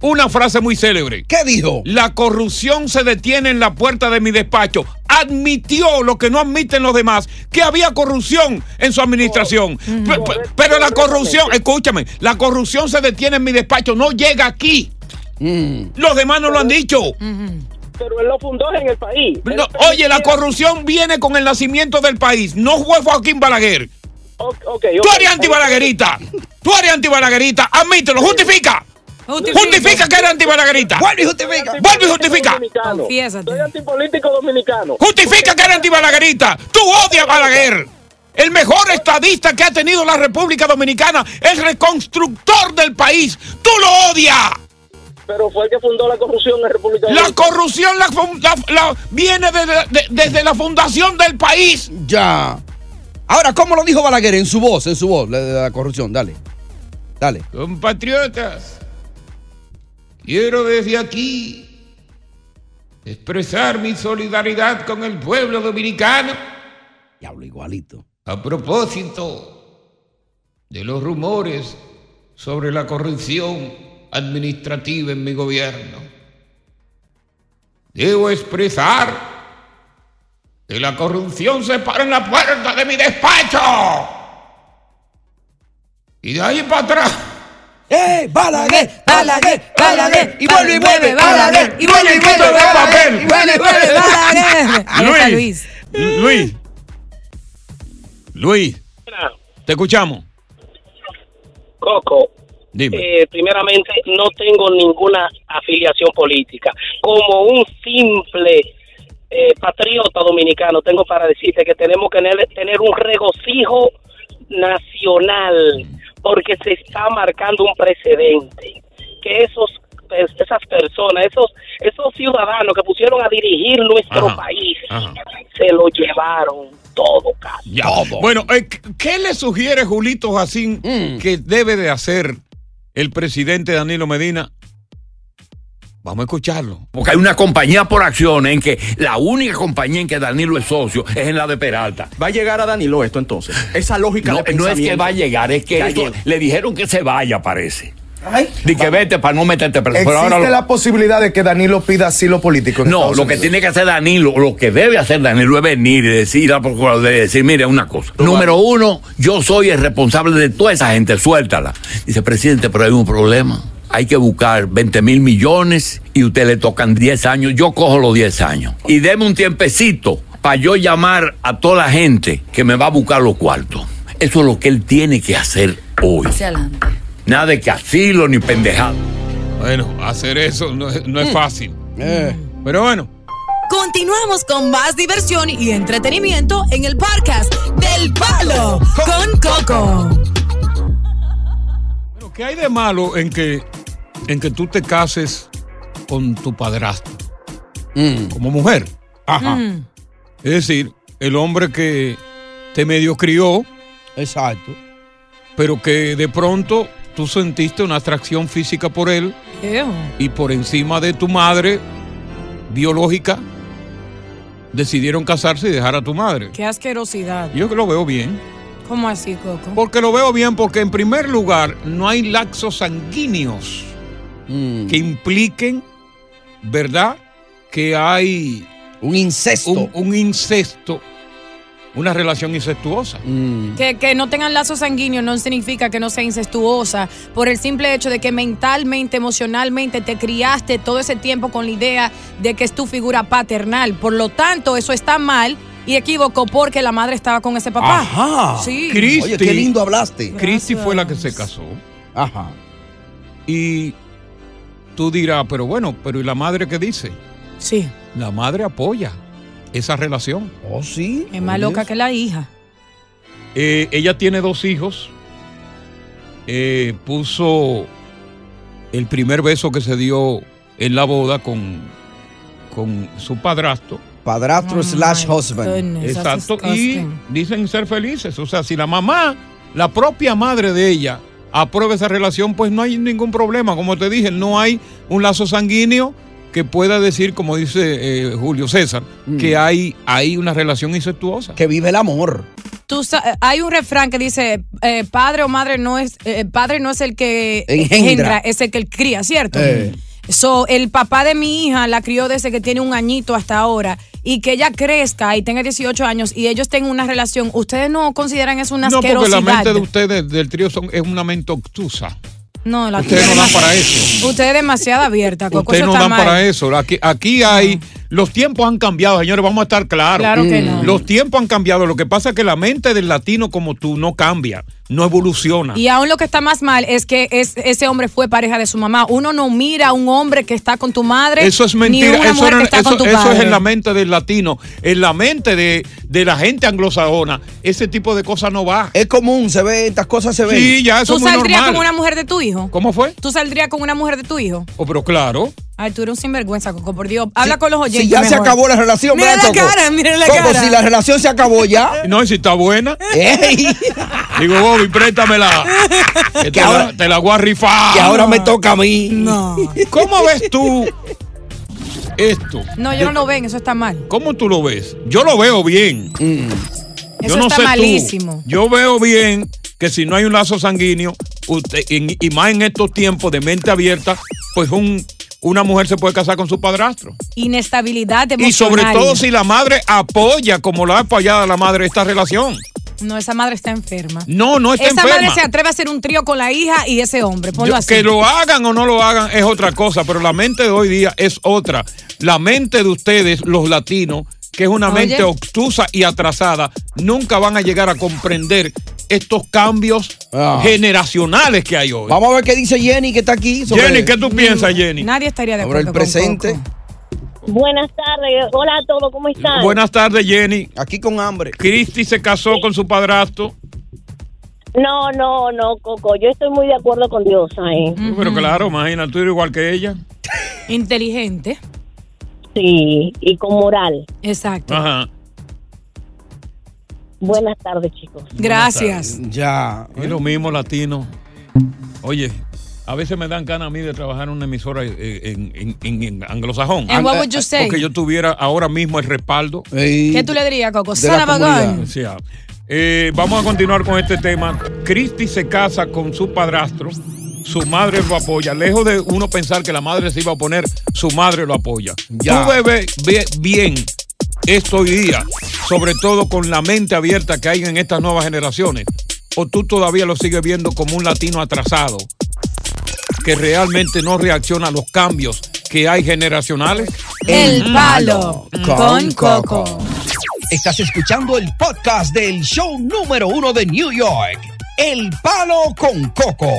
Speaker 5: una frase muy célebre.
Speaker 3: ¿Qué dijo?
Speaker 5: La corrupción se detiene en la puerta de mi despacho. Admitió lo que no admiten los demás, que había corrupción en su administración.
Speaker 16: Oh.
Speaker 5: Pe- pe- Pero la corrupción, escúchame, la corrupción se detiene en mi despacho, no llega aquí. Los demás no lo han dicho.
Speaker 16: Mm. Pero él lo fundó en el país.
Speaker 5: No, oye, la corrupción viene con el nacimiento del país. No fue Joaquín Balaguer. Tú eres antibalaguerita. Tú eres antibalaguerita. Admítelo, justifica.
Speaker 16: Justifico.
Speaker 5: Justifica que eres antibalaguerita.
Speaker 16: Vuelve y justifica.
Speaker 5: Vuelve y justifica.
Speaker 16: Confiésate. Soy antipolítico dominicano.
Speaker 5: Justifica que eres antibalaguerita. Tú odias a Balaguer. El mejor estadista que ha tenido la República Dominicana, el reconstructor del país. Tú lo odias.
Speaker 16: Pero fue el que fundó la corrupción en República
Speaker 5: La corrupción la fun- la- la- viene desde- de- desde la fundación del país.
Speaker 3: Ya. Ahora, ¿cómo lo dijo Balaguer? En su voz, en su voz, la, la corrupción, dale. Dale.
Speaker 5: Compatriotas, quiero desde aquí expresar mi solidaridad con el pueblo dominicano.
Speaker 3: Y hablo igualito.
Speaker 5: A propósito de los rumores sobre la corrupción administrativa en mi gobierno, debo expresar que la corrupción se para en la puerta de mi despacho. Y de ahí para atrás.
Speaker 3: ¡Eh! ¡Balaguer! ¡Balaguer! ¡Balaguer!
Speaker 5: Y vuelve, y vuelve, Balaguer, y vuelve, y vuelve, Balaguer, <laughs> y vuelve, y vuelve, Balaguer. Ahí está Luis. Luis. Luis, te escuchamos.
Speaker 16: Coco,
Speaker 5: Dime.
Speaker 16: eh, primeramente no tengo ninguna afiliación política. Como un simple eh, patriota dominicano tengo para decirte que tenemos que tener, tener un regocijo nacional porque se está marcando un precedente. Que esos es- esas personas, esos esos ciudadanos que pusieron a dirigir nuestro país, se lo llevaron todo, cara.
Speaker 5: Ya. Bueno, eh, ¿qué le sugiere Julito Jacín
Speaker 17: Mm.
Speaker 5: que debe de hacer el presidente Danilo Medina? Vamos a escucharlo.
Speaker 17: Porque hay una compañía por acciones en que la única compañía en que Danilo es socio es en la de Peralta. ¿Va a llegar a Danilo esto entonces? Esa lógica no,
Speaker 18: de
Speaker 17: No es que
Speaker 18: pensamiento.
Speaker 17: va a llegar, es que
Speaker 18: Ya
Speaker 17: esto-
Speaker 18: llegó.
Speaker 17: le dijeron que se vaya, parece.
Speaker 18: Ay.
Speaker 17: Di que vete para no meterte preso. Pero ahora
Speaker 18: ¿Existe
Speaker 17: lo-
Speaker 18: la posibilidad de que Danilo pida asilo político? en
Speaker 17: no,
Speaker 18: Estados
Speaker 17: lo que
Speaker 18: Unidos?
Speaker 17: tiene que hacer Danilo, lo que debe hacer Danilo es venir y decir al procurador, de decir, mire, una cosa. Número uno, yo soy el responsable de toda esa gente, suéltala. Dice, presidente, pero hay un problema. Hay que buscar 20 mil millones y usted le tocan 10 años. Yo cojo los 10 años. Y deme un tiempecito para yo llamar a toda la gente que me va a buscar los cuartos. Eso es lo que él tiene que hacer hoy.
Speaker 15: Hacia adelante.
Speaker 17: Nada de que asilo ni pendejado.
Speaker 5: Bueno, hacer eso no es, no es fácil. Pero bueno.
Speaker 4: Continuamos con más diversión y entretenimiento en el podcast del Palo con Coco.
Speaker 5: Pero, ¿Qué hay de malo en que, en que tú te cases con tu padrastro? Como mujer.
Speaker 11: Ajá.
Speaker 5: Es decir, el hombre que te medio crió. Exacto. Pero que de pronto tú sentiste una atracción física por él y por encima de tu madre biológica decidieron casarse y dejar a tu madre.
Speaker 6: Qué asquerosidad.
Speaker 5: Yo que lo veo bien.
Speaker 6: ¿Cómo así, Coco?
Speaker 5: Porque lo veo bien, porque en primer lugar no hay laxos sanguíneos que impliquen, ¿verdad? Que hay un incesto. Un, incesto, una relación incestuosa. Mm.
Speaker 6: Que, que no tengan lazos sanguíneos no significa que no sea incestuosa, por el simple hecho de que mentalmente, emocionalmente te criaste todo ese tiempo con la idea de que es tu figura paternal. Por lo tanto, eso está mal y equivocó porque la madre estaba con ese papá. Sí.
Speaker 5: Cristi-
Speaker 19: Oye, qué lindo hablaste.
Speaker 5: Cristi fue la que se casó. Ajá. Y tú dirás, pero bueno, pero ¿y la madre qué dice?
Speaker 6: Sí.
Speaker 5: La madre apoya esa relación. Oh, sí.
Speaker 6: Es más loca que la hija.
Speaker 5: Eh, ella tiene dos hijos. Eh, puso el primer beso que se dio en la boda con, con su padrastro.
Speaker 19: Padrastro slash husband. goodness, that's
Speaker 5: Exacto. Y
Speaker 19: disgusting.
Speaker 5: dicen ser felices. O sea, si la mamá, la propia madre de ella, aprueba esa relación, pues no hay ningún problema. Como te dije, no hay un lazo sanguíneo que pueda decir, como dice eh, Julio César, que hay, hay una relación incestuosa. Mm. Que vive el amor.
Speaker 6: Tú sa- eh, hay un refrán que dice, eh, padre o madre no es, eh, padre no es el que
Speaker 5: Engendra.
Speaker 6: es el que el cría, ¿cierto?
Speaker 5: Eh.
Speaker 6: So, el papá de mi hija la crió desde que tiene un añito hasta ahora y que ella crezca y tenga 18 años y ellos tengan una relación. ¿Ustedes no consideran eso una
Speaker 5: No, porque la
Speaker 6: asquerosidad?
Speaker 5: mente de ustedes del trío son, es una mente obtusa.
Speaker 6: no, la
Speaker 5: Ustedes no dan para eso.
Speaker 6: Usted es demasiado abierta, Coco.
Speaker 5: Ustedes
Speaker 6: eso
Speaker 5: no
Speaker 6: está
Speaker 5: dan
Speaker 6: mal.
Speaker 5: para eso. Aquí, aquí hay. Los tiempos han cambiado, señores, vamos a estar claros.
Speaker 6: Claro que no.
Speaker 5: Los tiempos han cambiado. Lo que pasa es que la mente del latino como tú no cambia, no evoluciona.
Speaker 6: Y aún lo que está más mal es que es- ese hombre fue pareja de su mamá. Uno no mira a un hombre que está con tu madre.
Speaker 5: Eso es
Speaker 6: Ni
Speaker 5: mentira.
Speaker 6: una
Speaker 5: Eso,
Speaker 6: mujer
Speaker 5: era-
Speaker 6: que está
Speaker 5: eso-
Speaker 6: con tu
Speaker 5: eso es
Speaker 6: padre.
Speaker 5: en la mente del latino. En la mente de, de la gente anglosajona. Ese tipo de cosas no va. Es común, se ve, estas cosas se
Speaker 6: ven.
Speaker 5: Sí, ya eso
Speaker 6: ¿Tú
Speaker 5: es muy
Speaker 6: saldrías
Speaker 5: normal.
Speaker 6: con una mujer de tu hijo?
Speaker 5: ¿Cómo fue?
Speaker 6: ¿Tú saldrías con una mujer de tu hijo?
Speaker 5: Oh, pero claro.
Speaker 6: Ay, tú eres un sinvergüenza, Coco, por Dios. Habla con los oyentes.
Speaker 19: Si ya se
Speaker 6: mejor.
Speaker 19: acabó la relación,
Speaker 6: Mira
Speaker 19: ¿verdad,
Speaker 6: la
Speaker 19: Coco?
Speaker 6: cara, mira la
Speaker 19: Coco,
Speaker 6: cara.
Speaker 19: si la relación se acabó ya.
Speaker 5: <laughs> No, y si está buena. Digo, Bobby, <laughs> préstamela. Que te, la, te la voy a rifar.
Speaker 19: que ahora
Speaker 5: me toca a mí.
Speaker 6: No.
Speaker 5: ¿Cómo ves tú esto?
Speaker 6: <laughs> No, yo no lo ven, eso está mal.
Speaker 5: ¿Cómo tú lo ves? Yo lo veo bien.
Speaker 6: Mm. Eso está
Speaker 5: tú.
Speaker 6: malísimo.
Speaker 5: Yo veo bien que si no hay un lazo sanguíneo, usted- en- y más en estos tiempos de mente abierta, pues un- una mujer se puede casar con su padrastro.
Speaker 6: Inestabilidad emocional.
Speaker 5: Y sobre todo si la madre apoya, como lo ha apoyado la madre, esta relación.
Speaker 6: No, esa madre está enferma.
Speaker 5: No, no está
Speaker 6: esa
Speaker 5: enferma.
Speaker 6: madre se atreve a hacer un trío con la hija y ese hombre. Ponlo
Speaker 5: Yo-
Speaker 6: así.
Speaker 5: que lo hagan o no lo hagan es otra cosa, pero la mente de hoy día es otra. La mente de ustedes, los latinos, que es una
Speaker 6: Oye.
Speaker 5: mente obtusa y atrasada, nunca van a llegar a comprender estos cambios
Speaker 19: Ah.
Speaker 5: generacionales que hay hoy.
Speaker 19: Vamos a ver qué dice Jenny que está aquí. sobre-
Speaker 5: Jenny, ¿qué tú piensas, Jenny?
Speaker 6: Nadie estaría Mm, de
Speaker 19: Sobre
Speaker 6: acuerdo
Speaker 19: el presente.
Speaker 20: Buenas tardes, hola a todos, ¿cómo están?
Speaker 5: Buenas tardes, Jenny. Aquí con hambre. Cristi se casó con su padrastro.
Speaker 20: No, no, no, Coco, yo estoy muy de acuerdo con Dios ahí.
Speaker 5: Pero claro, imagina, tú eres igual que ella.
Speaker 6: Inteligente.
Speaker 20: Sí, y con moral.
Speaker 6: Exacto.
Speaker 5: Ajá.
Speaker 20: Buenas tardes, chicos.
Speaker 6: Gracias.
Speaker 5: Ya. ¿eh? Es lo mismo latino. Oye, a veces me dan ganas a mí de trabajar en una emisora eh, en, en- en- en anglosajón.
Speaker 6: And what would you say?
Speaker 5: eh, Porque yo tuviera ahora mismo el respaldo.
Speaker 6: ¿Qué tú le dirías, Coco? Sana Bagón.
Speaker 5: Sí, ah. Eh, vamos a continuar con este tema. Cristi se casa con su padrastro. Su madre lo apoya. Lejos de uno pensar que la madre se iba a oponer, su madre lo apoya.
Speaker 19: Ya.
Speaker 5: Tú bebé, ve bien esto hoy día, sobre todo con la mente abierta que hay en estas nuevas generaciones. O tú todavía lo sigues viendo como un latino atrasado, que realmente no reacciona a los cambios que hay generacionales.
Speaker 6: El
Speaker 5: palo
Speaker 6: con Coco.
Speaker 3: Estás escuchando el podcast del show número uno de New York, El Palo con Coco.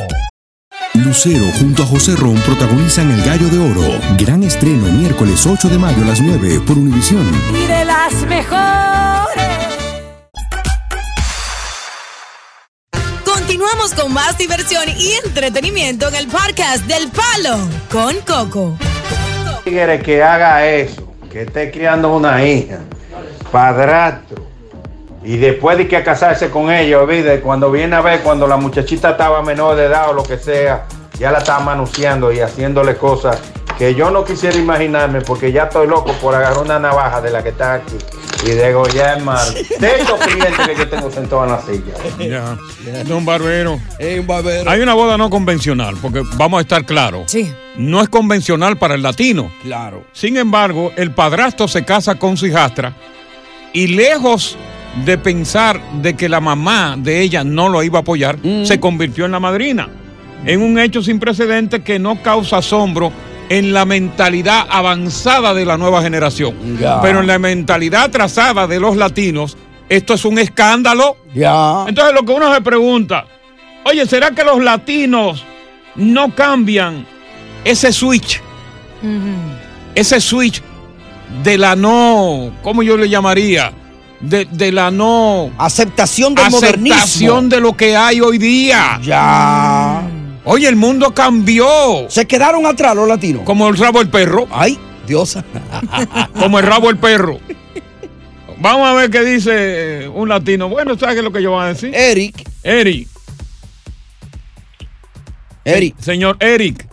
Speaker 14: Lucero junto a José Ron protagonizan El Gallo de Oro. Gran estreno miércoles 8 de mayo a las 9 por Univisión.
Speaker 15: Y de las mejores.
Speaker 4: Continuamos con más diversión y entretenimiento en el podcast del Palo con Coco.
Speaker 21: tigre que haga eso, que esté criando una hija, padrastro, y después de que casarse con ella, olvide, cuando viene a ver, cuando la muchachita estaba menor de edad o lo que sea, ya la está manuseando y haciéndole cosas que yo no quisiera imaginarme porque ya estoy loco por agarrar una navaja de la que está aquí y degollar el mar. De estos clientes que yo tengo sentado en la silla.
Speaker 5: Ya. De un barbero. Hay una boda no convencional, porque vamos a estar claros. No es convencional para el latino.
Speaker 19: Claro.
Speaker 5: Sin embargo, el padrastro se casa con su hijastra y lejos de pensar de que la mamá de ella no lo iba a apoyar, se convirtió en la madrina. En un hecho sin precedentes que no causa asombro en la mentalidad avanzada de la nueva generación.
Speaker 19: Ya.
Speaker 5: Pero en la mentalidad atrasada de los latinos, esto es un escándalo.
Speaker 19: Ya.
Speaker 5: Entonces lo que uno se pregunta, oye, ¿será que los latinos no cambian ese switch?
Speaker 11: Mm-hmm.
Speaker 5: ese switch de la no, ¿cómo yo le llamaría? De, de la no
Speaker 19: aceptación
Speaker 5: del
Speaker 19: modernismo.
Speaker 5: de lo que hay hoy día. Ya. Oye, el mundo cambió.
Speaker 19: Se quedaron atrás los latinos.
Speaker 5: Como el rabo del perro.
Speaker 19: Ay, diosa.
Speaker 5: <laughs> Como el rabo del perro. Vamos a ver qué dice eh, un latino. Bueno, ¿sabes qué es lo que yo voy a decir?
Speaker 19: Eric.
Speaker 5: Eric. Eric. señor Eric.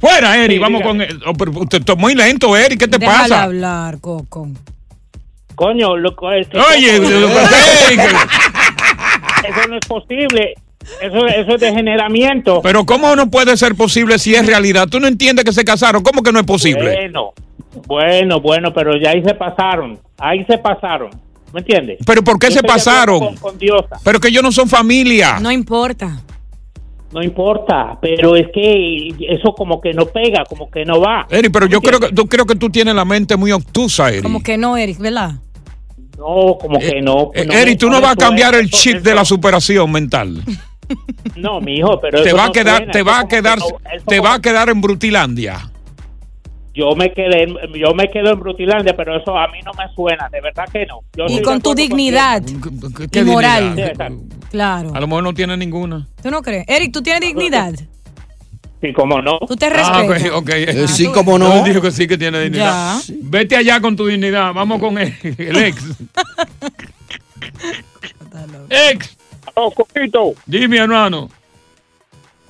Speaker 5: Fuera, Eric.
Speaker 22: Sí,
Speaker 5: Vamos
Speaker 22: diga.
Speaker 5: con. eh, oh, pero Usted está muy lento, Eric. ¿Qué te
Speaker 22: Déjala
Speaker 5: pasa?
Speaker 6: hablar, Coco.
Speaker 22: Coño, loco, este- <laughs>
Speaker 5: Oye, eh,
Speaker 22: eso no es posible. Eso, eso es degeneramiento.
Speaker 5: Pero ¿cómo no puede ser posible si es realidad? Tú no entiendes que se casaron, ¿cómo que no es posible?
Speaker 22: Bueno, bueno, bueno, pero ya ahí se pasaron. Ahí se pasaron. ¿Me entiendes?
Speaker 5: Pero ¿por qué
Speaker 22: Yo
Speaker 5: se
Speaker 22: estoy de acuerdo
Speaker 5: pasaron?
Speaker 22: Con, con Diosa.
Speaker 5: Pero que ellos no son familia.
Speaker 6: No importa.
Speaker 22: No importa, pero es que eso como que no pega, como que no va.
Speaker 5: Eri, pero yo creo que, tú, creo que tú tienes la mente muy obtusa, Eri.
Speaker 6: Como que no, Eric, ¿verdad?
Speaker 22: No, como que no.
Speaker 5: Eh,
Speaker 22: no
Speaker 5: Eri,
Speaker 22: me-
Speaker 5: tú no
Speaker 22: me
Speaker 5: vas a
Speaker 22: suena
Speaker 5: cambiar el
Speaker 22: eso-
Speaker 5: chip de la superación mental.
Speaker 22: No, mi hijo, pero
Speaker 5: Te
Speaker 22: eso
Speaker 5: va a
Speaker 22: no
Speaker 5: quedar,
Speaker 22: suena,
Speaker 5: te
Speaker 22: eso
Speaker 5: va a
Speaker 22: como que
Speaker 5: quedar,
Speaker 22: no- eso
Speaker 5: te
Speaker 22: como
Speaker 5: va a quedar en Brutilandia.
Speaker 22: Yo me quedé, en- yo me quedo en Brutilandia, pero eso a mí no me suena, de verdad que no. Yo estoy
Speaker 6: Y
Speaker 22: de
Speaker 6: con tu
Speaker 22: acuerdo
Speaker 6: dignidad.
Speaker 5: ¿Qué-
Speaker 6: Y
Speaker 5: qué
Speaker 6: moral.
Speaker 5: dignidad?
Speaker 6: Claro.
Speaker 5: A lo mejor no tiene ninguna.
Speaker 6: ¿Tú no crees? Eric, ¿tú tienes dignidad?
Speaker 22: Sí, como no.
Speaker 6: ¿Tú te
Speaker 5: Ah,
Speaker 6: respetas?
Speaker 5: ok, ok.
Speaker 19: Eh, sí,
Speaker 22: Ah,
Speaker 19: cómo no.
Speaker 5: Él dijo que sí que tiene dignidad.
Speaker 6: Ya.
Speaker 5: Vete allá con tu dignidad. Vamos con el, el ex. ex.
Speaker 23: Oh, Coquito.
Speaker 5: Dime, hermano.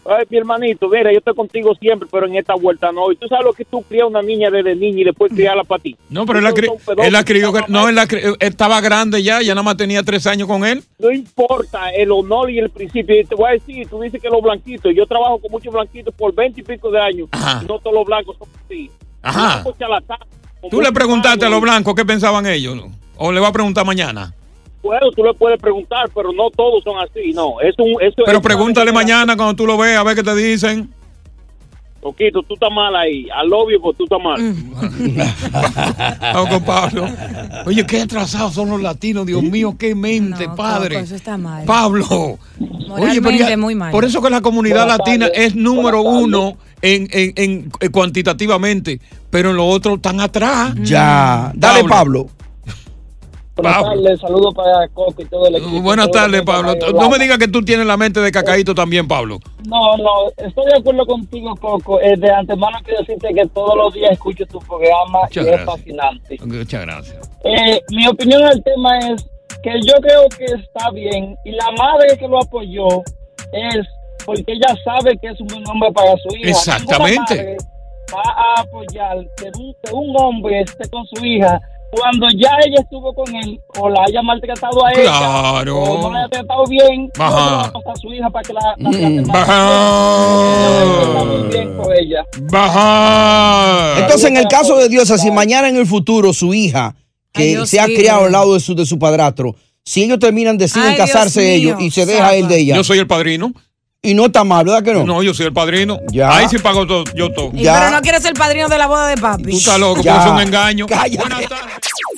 Speaker 23: Ay, mi hermanito, mira, yo estoy contigo siempre, pero en esta vuelta no. Y tú sabes lo que tú crías una niña desde niña y después criarla para ti.
Speaker 5: No, pero él la,
Speaker 23: Tú
Speaker 5: cri-
Speaker 23: eres un pedófilo.
Speaker 5: él la crió. No, él la cri- él estaba grande ya, ya nada más tenía tres años con él.
Speaker 23: No importa el honor y el principio. Y te voy a decir, tú dices que los blanquitos, yo trabajo con muchos blanquitos por veinte y pico de años.
Speaker 5: Ajá.
Speaker 23: y No todos los blancos son así.
Speaker 5: Ajá.
Speaker 23: Blancos charlatanes, con
Speaker 5: Tú le
Speaker 23: mucho
Speaker 5: preguntaste a
Speaker 23: pago.
Speaker 5: los blancos qué pensaban ellos, ¿no? O le va a preguntar mañana.
Speaker 23: Bueno, tú le puedes preguntar, pero no todos son así, no. Es un, es <laughs>
Speaker 5: Pero pregúntale mañana cuando tú lo veas, a ver qué te dicen.
Speaker 23: Coquito, tú estás mal ahí. Al obvio, pues tú estás mal.
Speaker 5: <laughs> Vamos
Speaker 9: <laughs>
Speaker 5: con Pablo. Oye, qué atrasados son los latinos, Dios mío, qué mente, padre.
Speaker 6: Coco, eso está mal.
Speaker 5: Pablo. Oye, pero
Speaker 6: Moralmente
Speaker 5: ya-
Speaker 6: muy mal.
Speaker 5: Por eso que la comunidad
Speaker 6: Buenas
Speaker 5: latina
Speaker 6: tardes.
Speaker 5: es número
Speaker 6: Buenas tardes.
Speaker 5: uno en, en- en- eh, cuantitativamente, pero en lo otro están atrás.
Speaker 6: Mm.
Speaker 19: Ya. Dale, Pablo.
Speaker 5: Buenas Pablo.
Speaker 9: tardes, saludos para Coco y todo el equipo.
Speaker 5: Buenas
Speaker 9: Todo el
Speaker 5: tardes,
Speaker 9: equipo
Speaker 5: Pablo.
Speaker 9: Radio
Speaker 5: No
Speaker 9: Guapa.
Speaker 5: me digas que tú tienes la mente de cacaíto también, Pablo.
Speaker 9: No, no, estoy de acuerdo contigo, Coco. Eh, de antemano quiero decirte que todos los días escucho tu programa
Speaker 5: Muchas
Speaker 9: y
Speaker 5: gracias.
Speaker 9: es fascinante.
Speaker 5: Muchas gracias.
Speaker 9: Eh, mi opinión del tema es que yo creo que está bien y la madre que lo apoyó es porque ella sabe que es un buen hombre para su hija.
Speaker 5: Exactamente.
Speaker 9: Ninguna madre va a apoyar que un, que un hombre esté con su hija cuando ya ella estuvo con él o la haya maltratado a ella
Speaker 5: Claro.
Speaker 9: o no la haya tratado bien
Speaker 5: Ajá. Mm,
Speaker 9: no le va a pasar a su hija para que la, la trate mal.
Speaker 5: Baja.
Speaker 9: bien con ella
Speaker 5: Baja.
Speaker 19: Entonces, en el caso de Diosa, si mañana en el futuro su hija, que
Speaker 9: Ay, Dios
Speaker 19: se ha
Speaker 9: mío.
Speaker 19: criado al lado de su, de su padrastro, si ellos terminan, deciden
Speaker 5: Ay, Dios
Speaker 19: casarse
Speaker 5: mío,
Speaker 19: ellos y se deja
Speaker 5: Saba.
Speaker 19: él de ella.
Speaker 5: Yo soy el padrino.
Speaker 19: Y no está mal, ¿verdad que no?
Speaker 5: No, yo soy el padrino.
Speaker 19: Ya.
Speaker 5: Ahí sí pago todo, yo todo.
Speaker 6: Y Pero no quiere ser padrino de la boda de papi.
Speaker 5: Tú estás loco,
Speaker 6: Ya.
Speaker 5: pero es un engaño.
Speaker 3: Buenas tardes.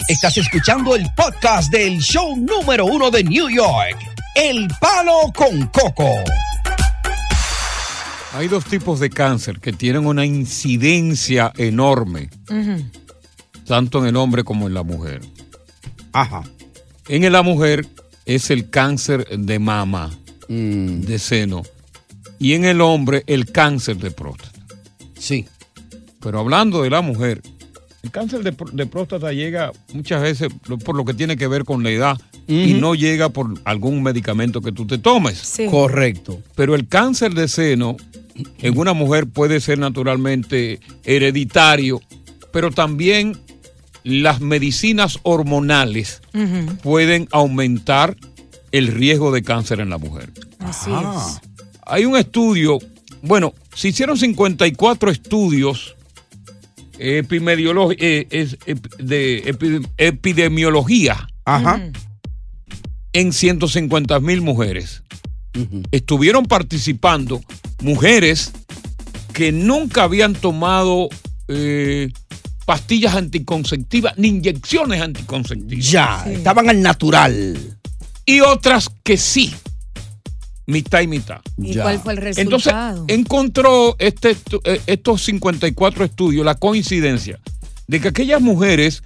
Speaker 3: Estás escuchando el podcast del show número uno de New York, El Palo con Coco.
Speaker 5: Hay dos tipos de cáncer que tienen una incidencia enorme,
Speaker 11: Mm-hmm.
Speaker 5: tanto en el hombre como en la mujer.
Speaker 19: Ajá.
Speaker 5: En la mujer es el cáncer de mama,
Speaker 19: Mm.
Speaker 5: de seno, y en el hombre el cáncer de próstata.
Speaker 19: Sí.
Speaker 5: Pero hablando de la mujer, el cáncer de, pr- de próstata llega muchas veces lo- por lo que tiene que ver con la edad y no llega por algún medicamento que tú te tomes.
Speaker 19: Correcto.
Speaker 5: Pero el cáncer de seno en una mujer puede ser naturalmente hereditario, pero también las medicinas hormonales
Speaker 11: Mm-hmm.
Speaker 5: pueden aumentar el riesgo de cáncer en la mujer.
Speaker 6: Así
Speaker 5: Ah. Hay un estudio, bueno, se hicieron 54 estudios epimediolo- eh, es- ep- de epi- epidemiología en 150 mil mujeres. Mm-hmm. Estuvieron participando mujeres que nunca habían tomado eh, pastillas anticonceptivas ni inyecciones anticonceptivas.
Speaker 19: Ya, estaban al natural.
Speaker 5: Y otras que sí, mitad y mitad.
Speaker 6: ¿Y cuál fue el
Speaker 5: Entonces,
Speaker 6: resultado?
Speaker 5: encontró este, estu- eh, estos 54 estudios la coincidencia de que aquellas mujeres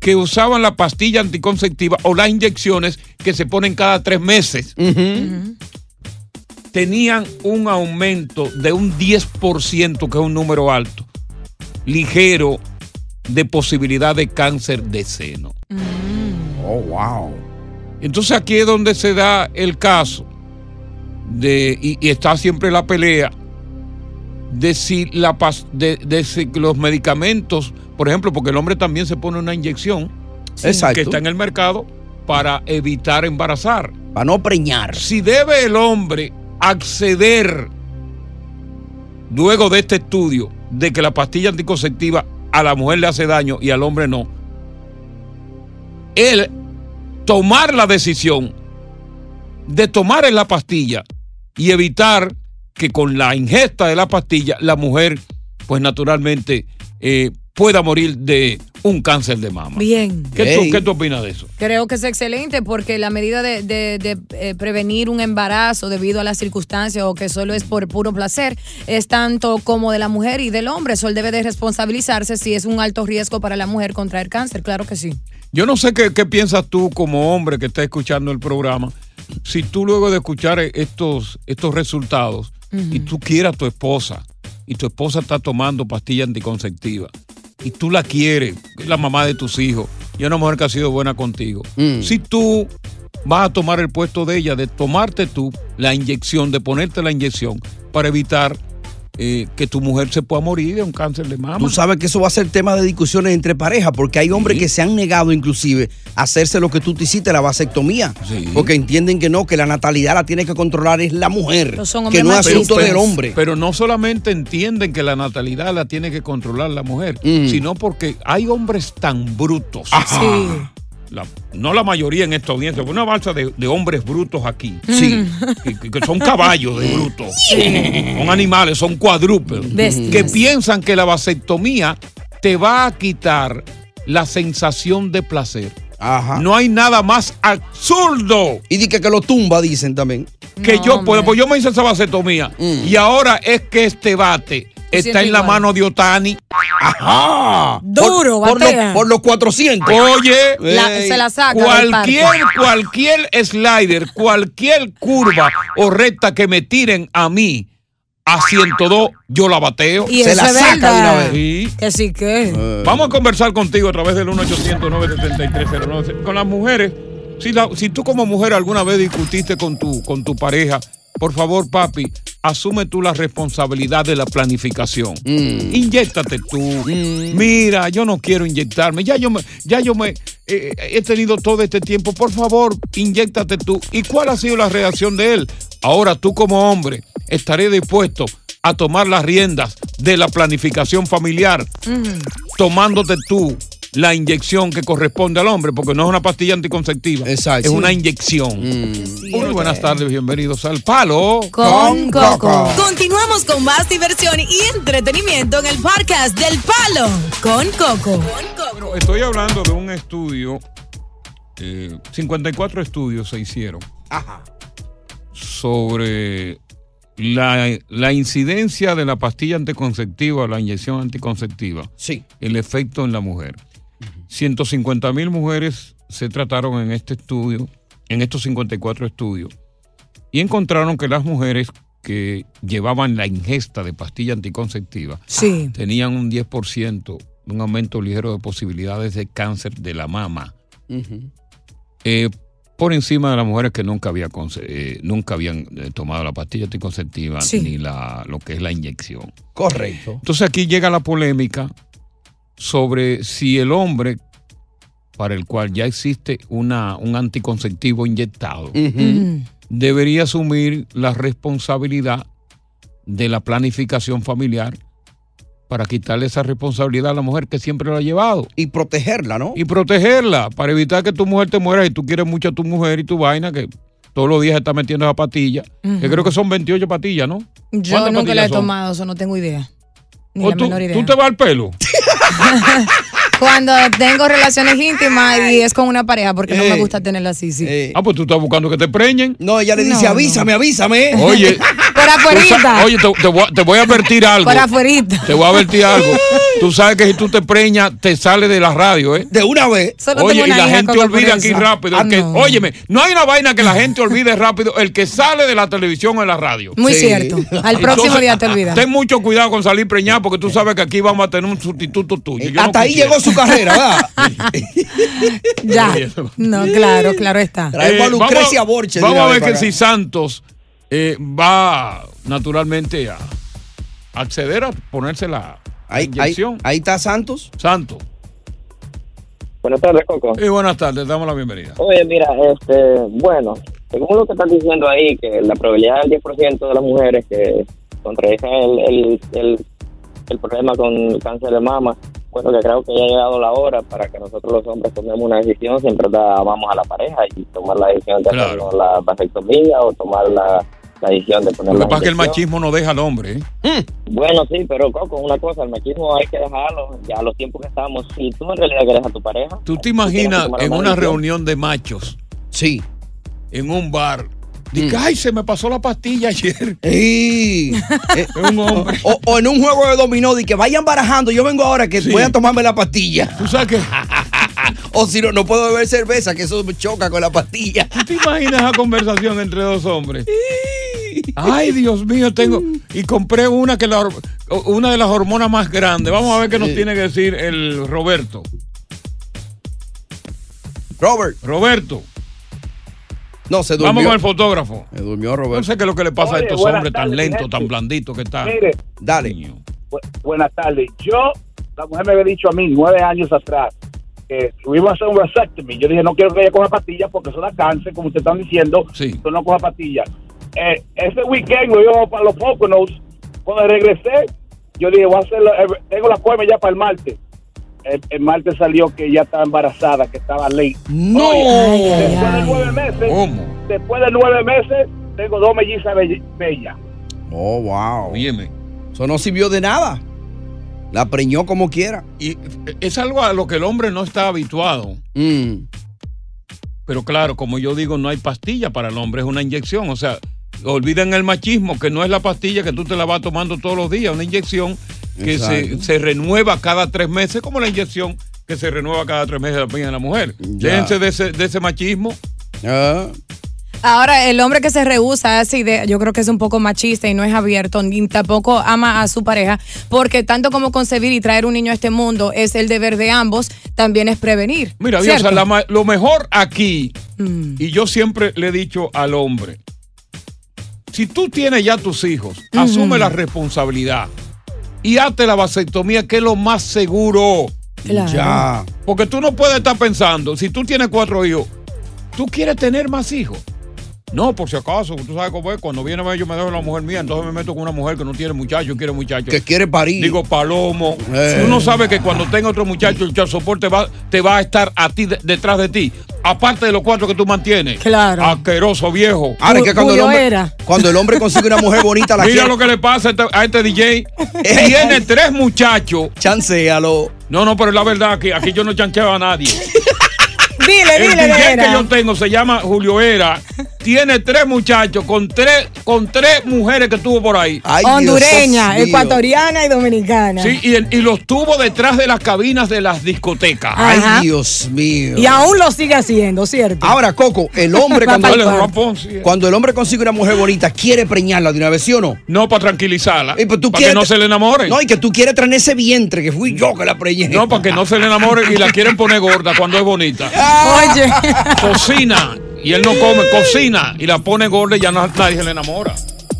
Speaker 5: que usaban la pastilla anticonceptiva o las inyecciones que se ponen cada tres meses tenían un aumento de un 10%, que es un número alto, ligero, de posibilidad de cáncer de seno.
Speaker 19: Oh, wow.
Speaker 5: Entonces aquí es donde se da el caso de, y, y está siempre la pelea de si, la, pas- de, de si los medicamentos, por ejemplo, porque el hombre también se pone una inyección
Speaker 19: Sí. Exacto.
Speaker 5: que está en el mercado para evitar embarazar.
Speaker 19: Para no preñar.
Speaker 5: Si debe el hombre acceder, luego de este estudio, de que la pastilla anticonceptiva a la mujer le hace daño y al hombre no, él tomar la decisión de tomar en la pastilla y evitar que con la ingesta de la pastilla la mujer, pues naturalmente, eh, pueda morir de un cáncer de mama.
Speaker 6: Bien.
Speaker 5: ¿Qué,
Speaker 6: Ey.
Speaker 5: tú, qué tú opinas de eso?
Speaker 6: Creo que es excelente porque la medida de, de- de, eh, prevenir un embarazo debido a las circunstancias o que solo es por puro placer es tanto como de la mujer y del hombre. Eso él debe de responsabilizarse si es un alto riesgo para la mujer contraer cáncer. Claro que sí.
Speaker 5: Yo no sé qué, qué piensas tú como hombre que está escuchando el programa. Si tú luego de escuchar estos, estos resultados
Speaker 11: Mm-hmm.
Speaker 5: y tú quieras a tu esposa y tu esposa está tomando pastilla anticonceptiva y tú la quieres, es la mamá de tus hijos y es una mujer que ha sido buena contigo,
Speaker 19: Mm.
Speaker 5: si tú vas a tomar el puesto de ella, de tomarte tú la inyección, de ponerte la inyección para evitar eh, que tu mujer se pueda morir de un cáncer de mama.
Speaker 19: Tú sabes que eso va a ser tema de discusiones entre parejas, porque hay hombres que se han negado inclusive a hacerse lo que tú te hiciste, la vasectomía, porque entienden que no, que la natalidad la tiene que controlar es la mujer, que no es asunto del hombre.
Speaker 5: Pero no solamente entienden que la natalidad la
Speaker 19: Mm.
Speaker 5: tiene que controlar la mujer, sino porque hay hombres tan brutos la- no la mayoría en esta audiencia, fue una balsa de, de hombres brutos aquí.
Speaker 19: Sí.
Speaker 5: que, que son caballos de brutos.
Speaker 19: Sí.
Speaker 5: Son animales, son cuadrúpedos.
Speaker 19: Bestias.
Speaker 5: Que piensan que la vasectomía te va a quitar la sensación de placer. No hay nada más absurdo.
Speaker 19: Y di que, que lo tumba, dicen también. Mm.
Speaker 5: Que yo puedo, pues yo me hice esa vasectomía. Y ahora es que este bate está
Speaker 19: sientes
Speaker 5: en la
Speaker 19: igual.
Speaker 5: mano de Otani. Ajá.
Speaker 19: Duro,
Speaker 5: por,
Speaker 19: batea.
Speaker 5: los- por los 400. Oye,
Speaker 6: La- se la saca del
Speaker 5: Cualquier,
Speaker 6: parque.
Speaker 5: cualquier slider, cualquier curva o recta que me tiren a mí a 102, yo la bateo.
Speaker 6: Y eso es verdad.
Speaker 5: Sí. Eh.
Speaker 6: Que sí que.
Speaker 5: Vamos a conversar contigo a través del 1 800 973 Con las mujeres, si, la- si tú como mujer alguna vez discutiste con tu, con tu pareja, por favor, papi, asume tú la responsabilidad de la planificación. Inyéctate tú. Mira, yo no quiero inyectarme. Ya yo me, ya yo me eh, he tenido todo este tiempo. Por favor, inyéctate tú. ¿Y cuál ha sido la reacción de él? Ahora tú como hombre estaré dispuesto a tomar las riendas de la planificación familiar tomándote tú la inyección que corresponde al hombre, porque no es una pastilla anticonceptiva, es una inyección. Muy buenas tardes, bienvenidos al Palo
Speaker 4: Con Continuamos con más diversión y entretenimiento en el podcast del Palo con Coco.
Speaker 5: Pero Estoy hablando de un estudio, eh, 54 estudios se hicieron sobre la, la incidencia de la pastilla anticonceptiva, la inyección anticonceptiva, el efecto en la mujer. 150 mil mujeres se trataron en este estudio, en estos 54 estudios, y encontraron que las mujeres que llevaban la ingesta de pastilla anticonceptiva
Speaker 6: Sí.
Speaker 5: tenían un 10%, un aumento ligero de posibilidades de cáncer de la mama, eh, por encima de las mujeres que nunca, había conce- eh, nunca habían eh, tomado la pastilla anticonceptiva
Speaker 19: Sí.
Speaker 5: ni la, lo que es la inyección.
Speaker 19: Correcto.
Speaker 5: Entonces aquí llega la polémica sobre si el hombre para el cual ya existe una, un anticonceptivo inyectado
Speaker 11: Mm-hmm.
Speaker 5: debería asumir la responsabilidad de la planificación familiar para quitarle esa responsabilidad a la mujer que siempre la ha llevado.
Speaker 19: Y protegerla, ¿no?
Speaker 5: Y protegerla, para evitar que tu mujer te muera y tú quieres mucho a tu mujer y tu vaina, que todos los días está metiendo esa patilla, que
Speaker 6: Ujú.
Speaker 5: creo que son 28 patillas, ¿no?
Speaker 6: Yo
Speaker 5: ¿Cuántas
Speaker 6: nunca la
Speaker 5: patillas
Speaker 6: he
Speaker 5: son?
Speaker 6: tomado, eso no tengo idea. Ni
Speaker 5: ¿O
Speaker 6: la
Speaker 5: tú,
Speaker 6: menor idea.
Speaker 5: ¿Tú te vas al pelo?
Speaker 6: <laughs> Cuando tengo relaciones íntimas y es con una pareja, porque no me gusta tenerla así, sí.
Speaker 5: Ah, pues tú estás buscando que te preñen.
Speaker 19: Eh. No, ella le dice,
Speaker 6: No,
Speaker 19: avísame, avísame.
Speaker 5: Oye.
Speaker 19: <laughs>
Speaker 6: Por
Speaker 5: Tú sa-
Speaker 6: afuerita.
Speaker 5: Oye, te, te voy a, te voy a advertir algo.
Speaker 6: Por afuerita.
Speaker 5: Te voy a advertir algo. Tú sabes que si tú te preñas, te sales de la radio, ¿eh?
Speaker 19: De una vez.
Speaker 6: Solo
Speaker 5: Oye,
Speaker 6: tengo
Speaker 5: y
Speaker 6: una
Speaker 5: la
Speaker 6: hija,
Speaker 5: gente
Speaker 6: Coco,
Speaker 5: olvida
Speaker 6: por
Speaker 5: aquí
Speaker 6: eso.
Speaker 5: rápido. el
Speaker 6: Ah,
Speaker 5: que-
Speaker 6: no.
Speaker 5: Óyeme, no hay una vaina que la gente olvide rápido. El que sale de la televisión o en la radio.
Speaker 6: Muy cierto. Al próximo día te olvidas.
Speaker 5: Ten mucho cuidado con salir preñado porque tú sabes que aquí vamos a tener un sustituto tuyo. Yo no
Speaker 19: Hasta ahí
Speaker 5: quisiera.
Speaker 19: llegó su carrera, ¿verdad?
Speaker 6: Ya. No, claro, claro está.
Speaker 5: Eh, vamos- Vamos a ver que si Santos eh, va naturalmente a acceder a ponerse la
Speaker 19: Ahí-
Speaker 5: inyección.
Speaker 19: ahí- ahí está Santos.
Speaker 5: Santos.
Speaker 16: Buenas tardes, Coco.
Speaker 5: Y buenas tardes, damos la bienvenida.
Speaker 16: Oye, mira, este, bueno, según lo que están diciendo ahí, que la probabilidad del 10% de las mujeres que contradicen el, el, el, el problema con el cáncer de mama, bueno, que creo que ya ha llegado la hora para que nosotros los hombres tomemos una decisión, si en verdad vamos a la pareja y tomar la decisión de hacernos la vasectomía o tomar la, la decisión de poner
Speaker 5: Lo que
Speaker 16: la
Speaker 5: pasa es que el
Speaker 16: inyección.
Speaker 5: machismo no deja al hombre. ¿eh?
Speaker 19: Mm.
Speaker 16: Bueno, sí, pero Coco, una cosa, el machismo hay que dejarlo, ya los tiempos que estamos, si tú en realidad quieres a tu pareja,
Speaker 5: ¿Tú te
Speaker 16: tienes que
Speaker 5: imaginas
Speaker 16: tomar
Speaker 5: en
Speaker 16: una
Speaker 5: una
Speaker 16: decisión.
Speaker 5: reunión de machos?
Speaker 19: Sí. Mm.
Speaker 5: En un bar. Dice,
Speaker 19: <laughs>
Speaker 5: ay, se me pasó la pastilla ayer. <laughs>
Speaker 19: Sí. o, o en un juego de dominó de que vayan barajando, yo vengo ahora que voy a tomarme la pastilla.
Speaker 5: ¿Tú sabes qué?
Speaker 19: o si no, no puedo beber cerveza, que eso me choca con la pastilla.
Speaker 5: ¿Tú te imaginas esa conversación entre dos hombres? Ay, Dios mío, tengo. Y compré una que la hor- una de las hormonas más grandes. Vamos a ver qué nos tiene que decir el Roberto.
Speaker 19: Robert.
Speaker 5: Roberto.
Speaker 19: No, se
Speaker 5: Vamos
Speaker 19: durmió.
Speaker 5: con el fotógrafo.
Speaker 19: Me durmió Roberto.
Speaker 5: No sé qué es lo que le pasa
Speaker 19: Oye,
Speaker 5: a estos
Speaker 19: buenas
Speaker 5: hombres tan
Speaker 19: tardes,
Speaker 5: lentos,
Speaker 19: gente.
Speaker 5: tan blanditos que están.
Speaker 24: Mire,
Speaker 19: Dale.
Speaker 24: bu- buenas tardes. Yo, la mujer me había dicho a mí nueve años atrás que tuvimos a hacer un vasectomy. Yo dije, no quiero que ella coja pastillas porque eso da cáncer, como ustedes están diciendo. Yo no coja pastillas. Eh, ese weekend lo llevo para los Poconos. Cuando regresé, yo dije, voy a hacer la- eh, tengo la poema ya para el martes.
Speaker 9: el, el martes salió que ya estaba embarazada, que estaba ley.
Speaker 11: ¡No!
Speaker 9: después de nueve meses, después de nueve meses, tengo dos mellizas bell- bellas.
Speaker 3: Oh, wow. Óyeme. Eso no sirvió de nada. La preñó como quiera.
Speaker 5: Y eh, es algo a lo que el hombre no está habituado. Pero claro, como yo digo, no hay pastilla para el hombre, es una inyección. O sea, olviden el machismo, que no es la pastilla que tú te la vas tomando todos los días, una inyección que se,
Speaker 3: Exacto.
Speaker 5: se renueva cada tres meses, como la inyección que se renueva cada tres meses la piña de la mujer. Déjense de ese, de ese machismo.
Speaker 6: Ahora, el hombre que se rehúsa a esa idea, yo creo que es un poco machista y no es abierto, ni tampoco ama a su pareja, porque tanto como concebir y traer un niño a este mundo es el deber de ambos, también es prevenir.
Speaker 5: Mira,
Speaker 6: ¿cierto? Mm.
Speaker 5: Diosa, la ma- lo mejor aquí, y yo siempre le he dicho al hombre, si tú tienes ya tus hijos, asume la responsabilidad y hazte la vasectomía, que es lo más seguro.
Speaker 6: Claro.
Speaker 5: Ya. Porque tú no puedes estar pensando, si tú tienes cuatro hijos, ¿tú quieres tener más hijos? No, por si acaso, tú sabes cómo es, cuando viene a ver yo me dejo la mujer mía, entonces me meto con una mujer que no tiene muchachos, quiere muchachos.
Speaker 3: Que quiere parir.
Speaker 5: Digo, palomo.
Speaker 3: Eh.
Speaker 5: Uno sabe que cuando tenga otro muchacho, el soporte va, te va a estar a ti de- detrás de ti. Aparte de los cuatro que tú mantienes. Claro. Asqueroso viejo.
Speaker 3: Ahora es que cuando el, hombre, cuando el hombre consigue una mujer bonita,
Speaker 5: <laughs>
Speaker 3: la
Speaker 5: Mira
Speaker 3: quiere. Eh,
Speaker 5: lo que le pasa a este, a este DJ.
Speaker 3: <laughs>
Speaker 5: Tiene tres muchachos.
Speaker 3: Chancealo.
Speaker 5: No, no, pero la verdad que aquí yo no chancheo a nadie.
Speaker 6: <laughs> Dile,
Speaker 5: el
Speaker 6: dile,
Speaker 5: DJ
Speaker 6: Vera.
Speaker 5: que yo tengo se llama Julio Era. Tiene tres muchachos con tres, con tres mujeres que tuvo por ahí.
Speaker 6: Hondureña, ecuatoriana y dominicana.
Speaker 5: Sí, y, el- y los tuvo detrás de las cabinas de las discotecas.
Speaker 6: Ay, Ajá.
Speaker 3: Dios mío.
Speaker 6: Y aún lo sigue haciendo, ¿cierto?
Speaker 3: Ahora, Coco,
Speaker 6: <laughs>
Speaker 3: el hombre cuando,
Speaker 5: Dale, Juan Ponce.
Speaker 3: cuando el hombre consigue una mujer bonita, quiere preñarla de una vez, ¿sí o no?
Speaker 5: No, para tranquilizarla. para que
Speaker 3: pues quieres-
Speaker 5: no se le enamore.
Speaker 3: No, y que tú quieres traer ese vientre, que fui yo que la preñé.
Speaker 5: No, para que no se le enamore y la quieren poner gorda cuando es bonita.
Speaker 3: Ah.
Speaker 6: Oye.
Speaker 5: Cocina y él no come, cocina y la pone gorda y ya no, nadie se le enamora.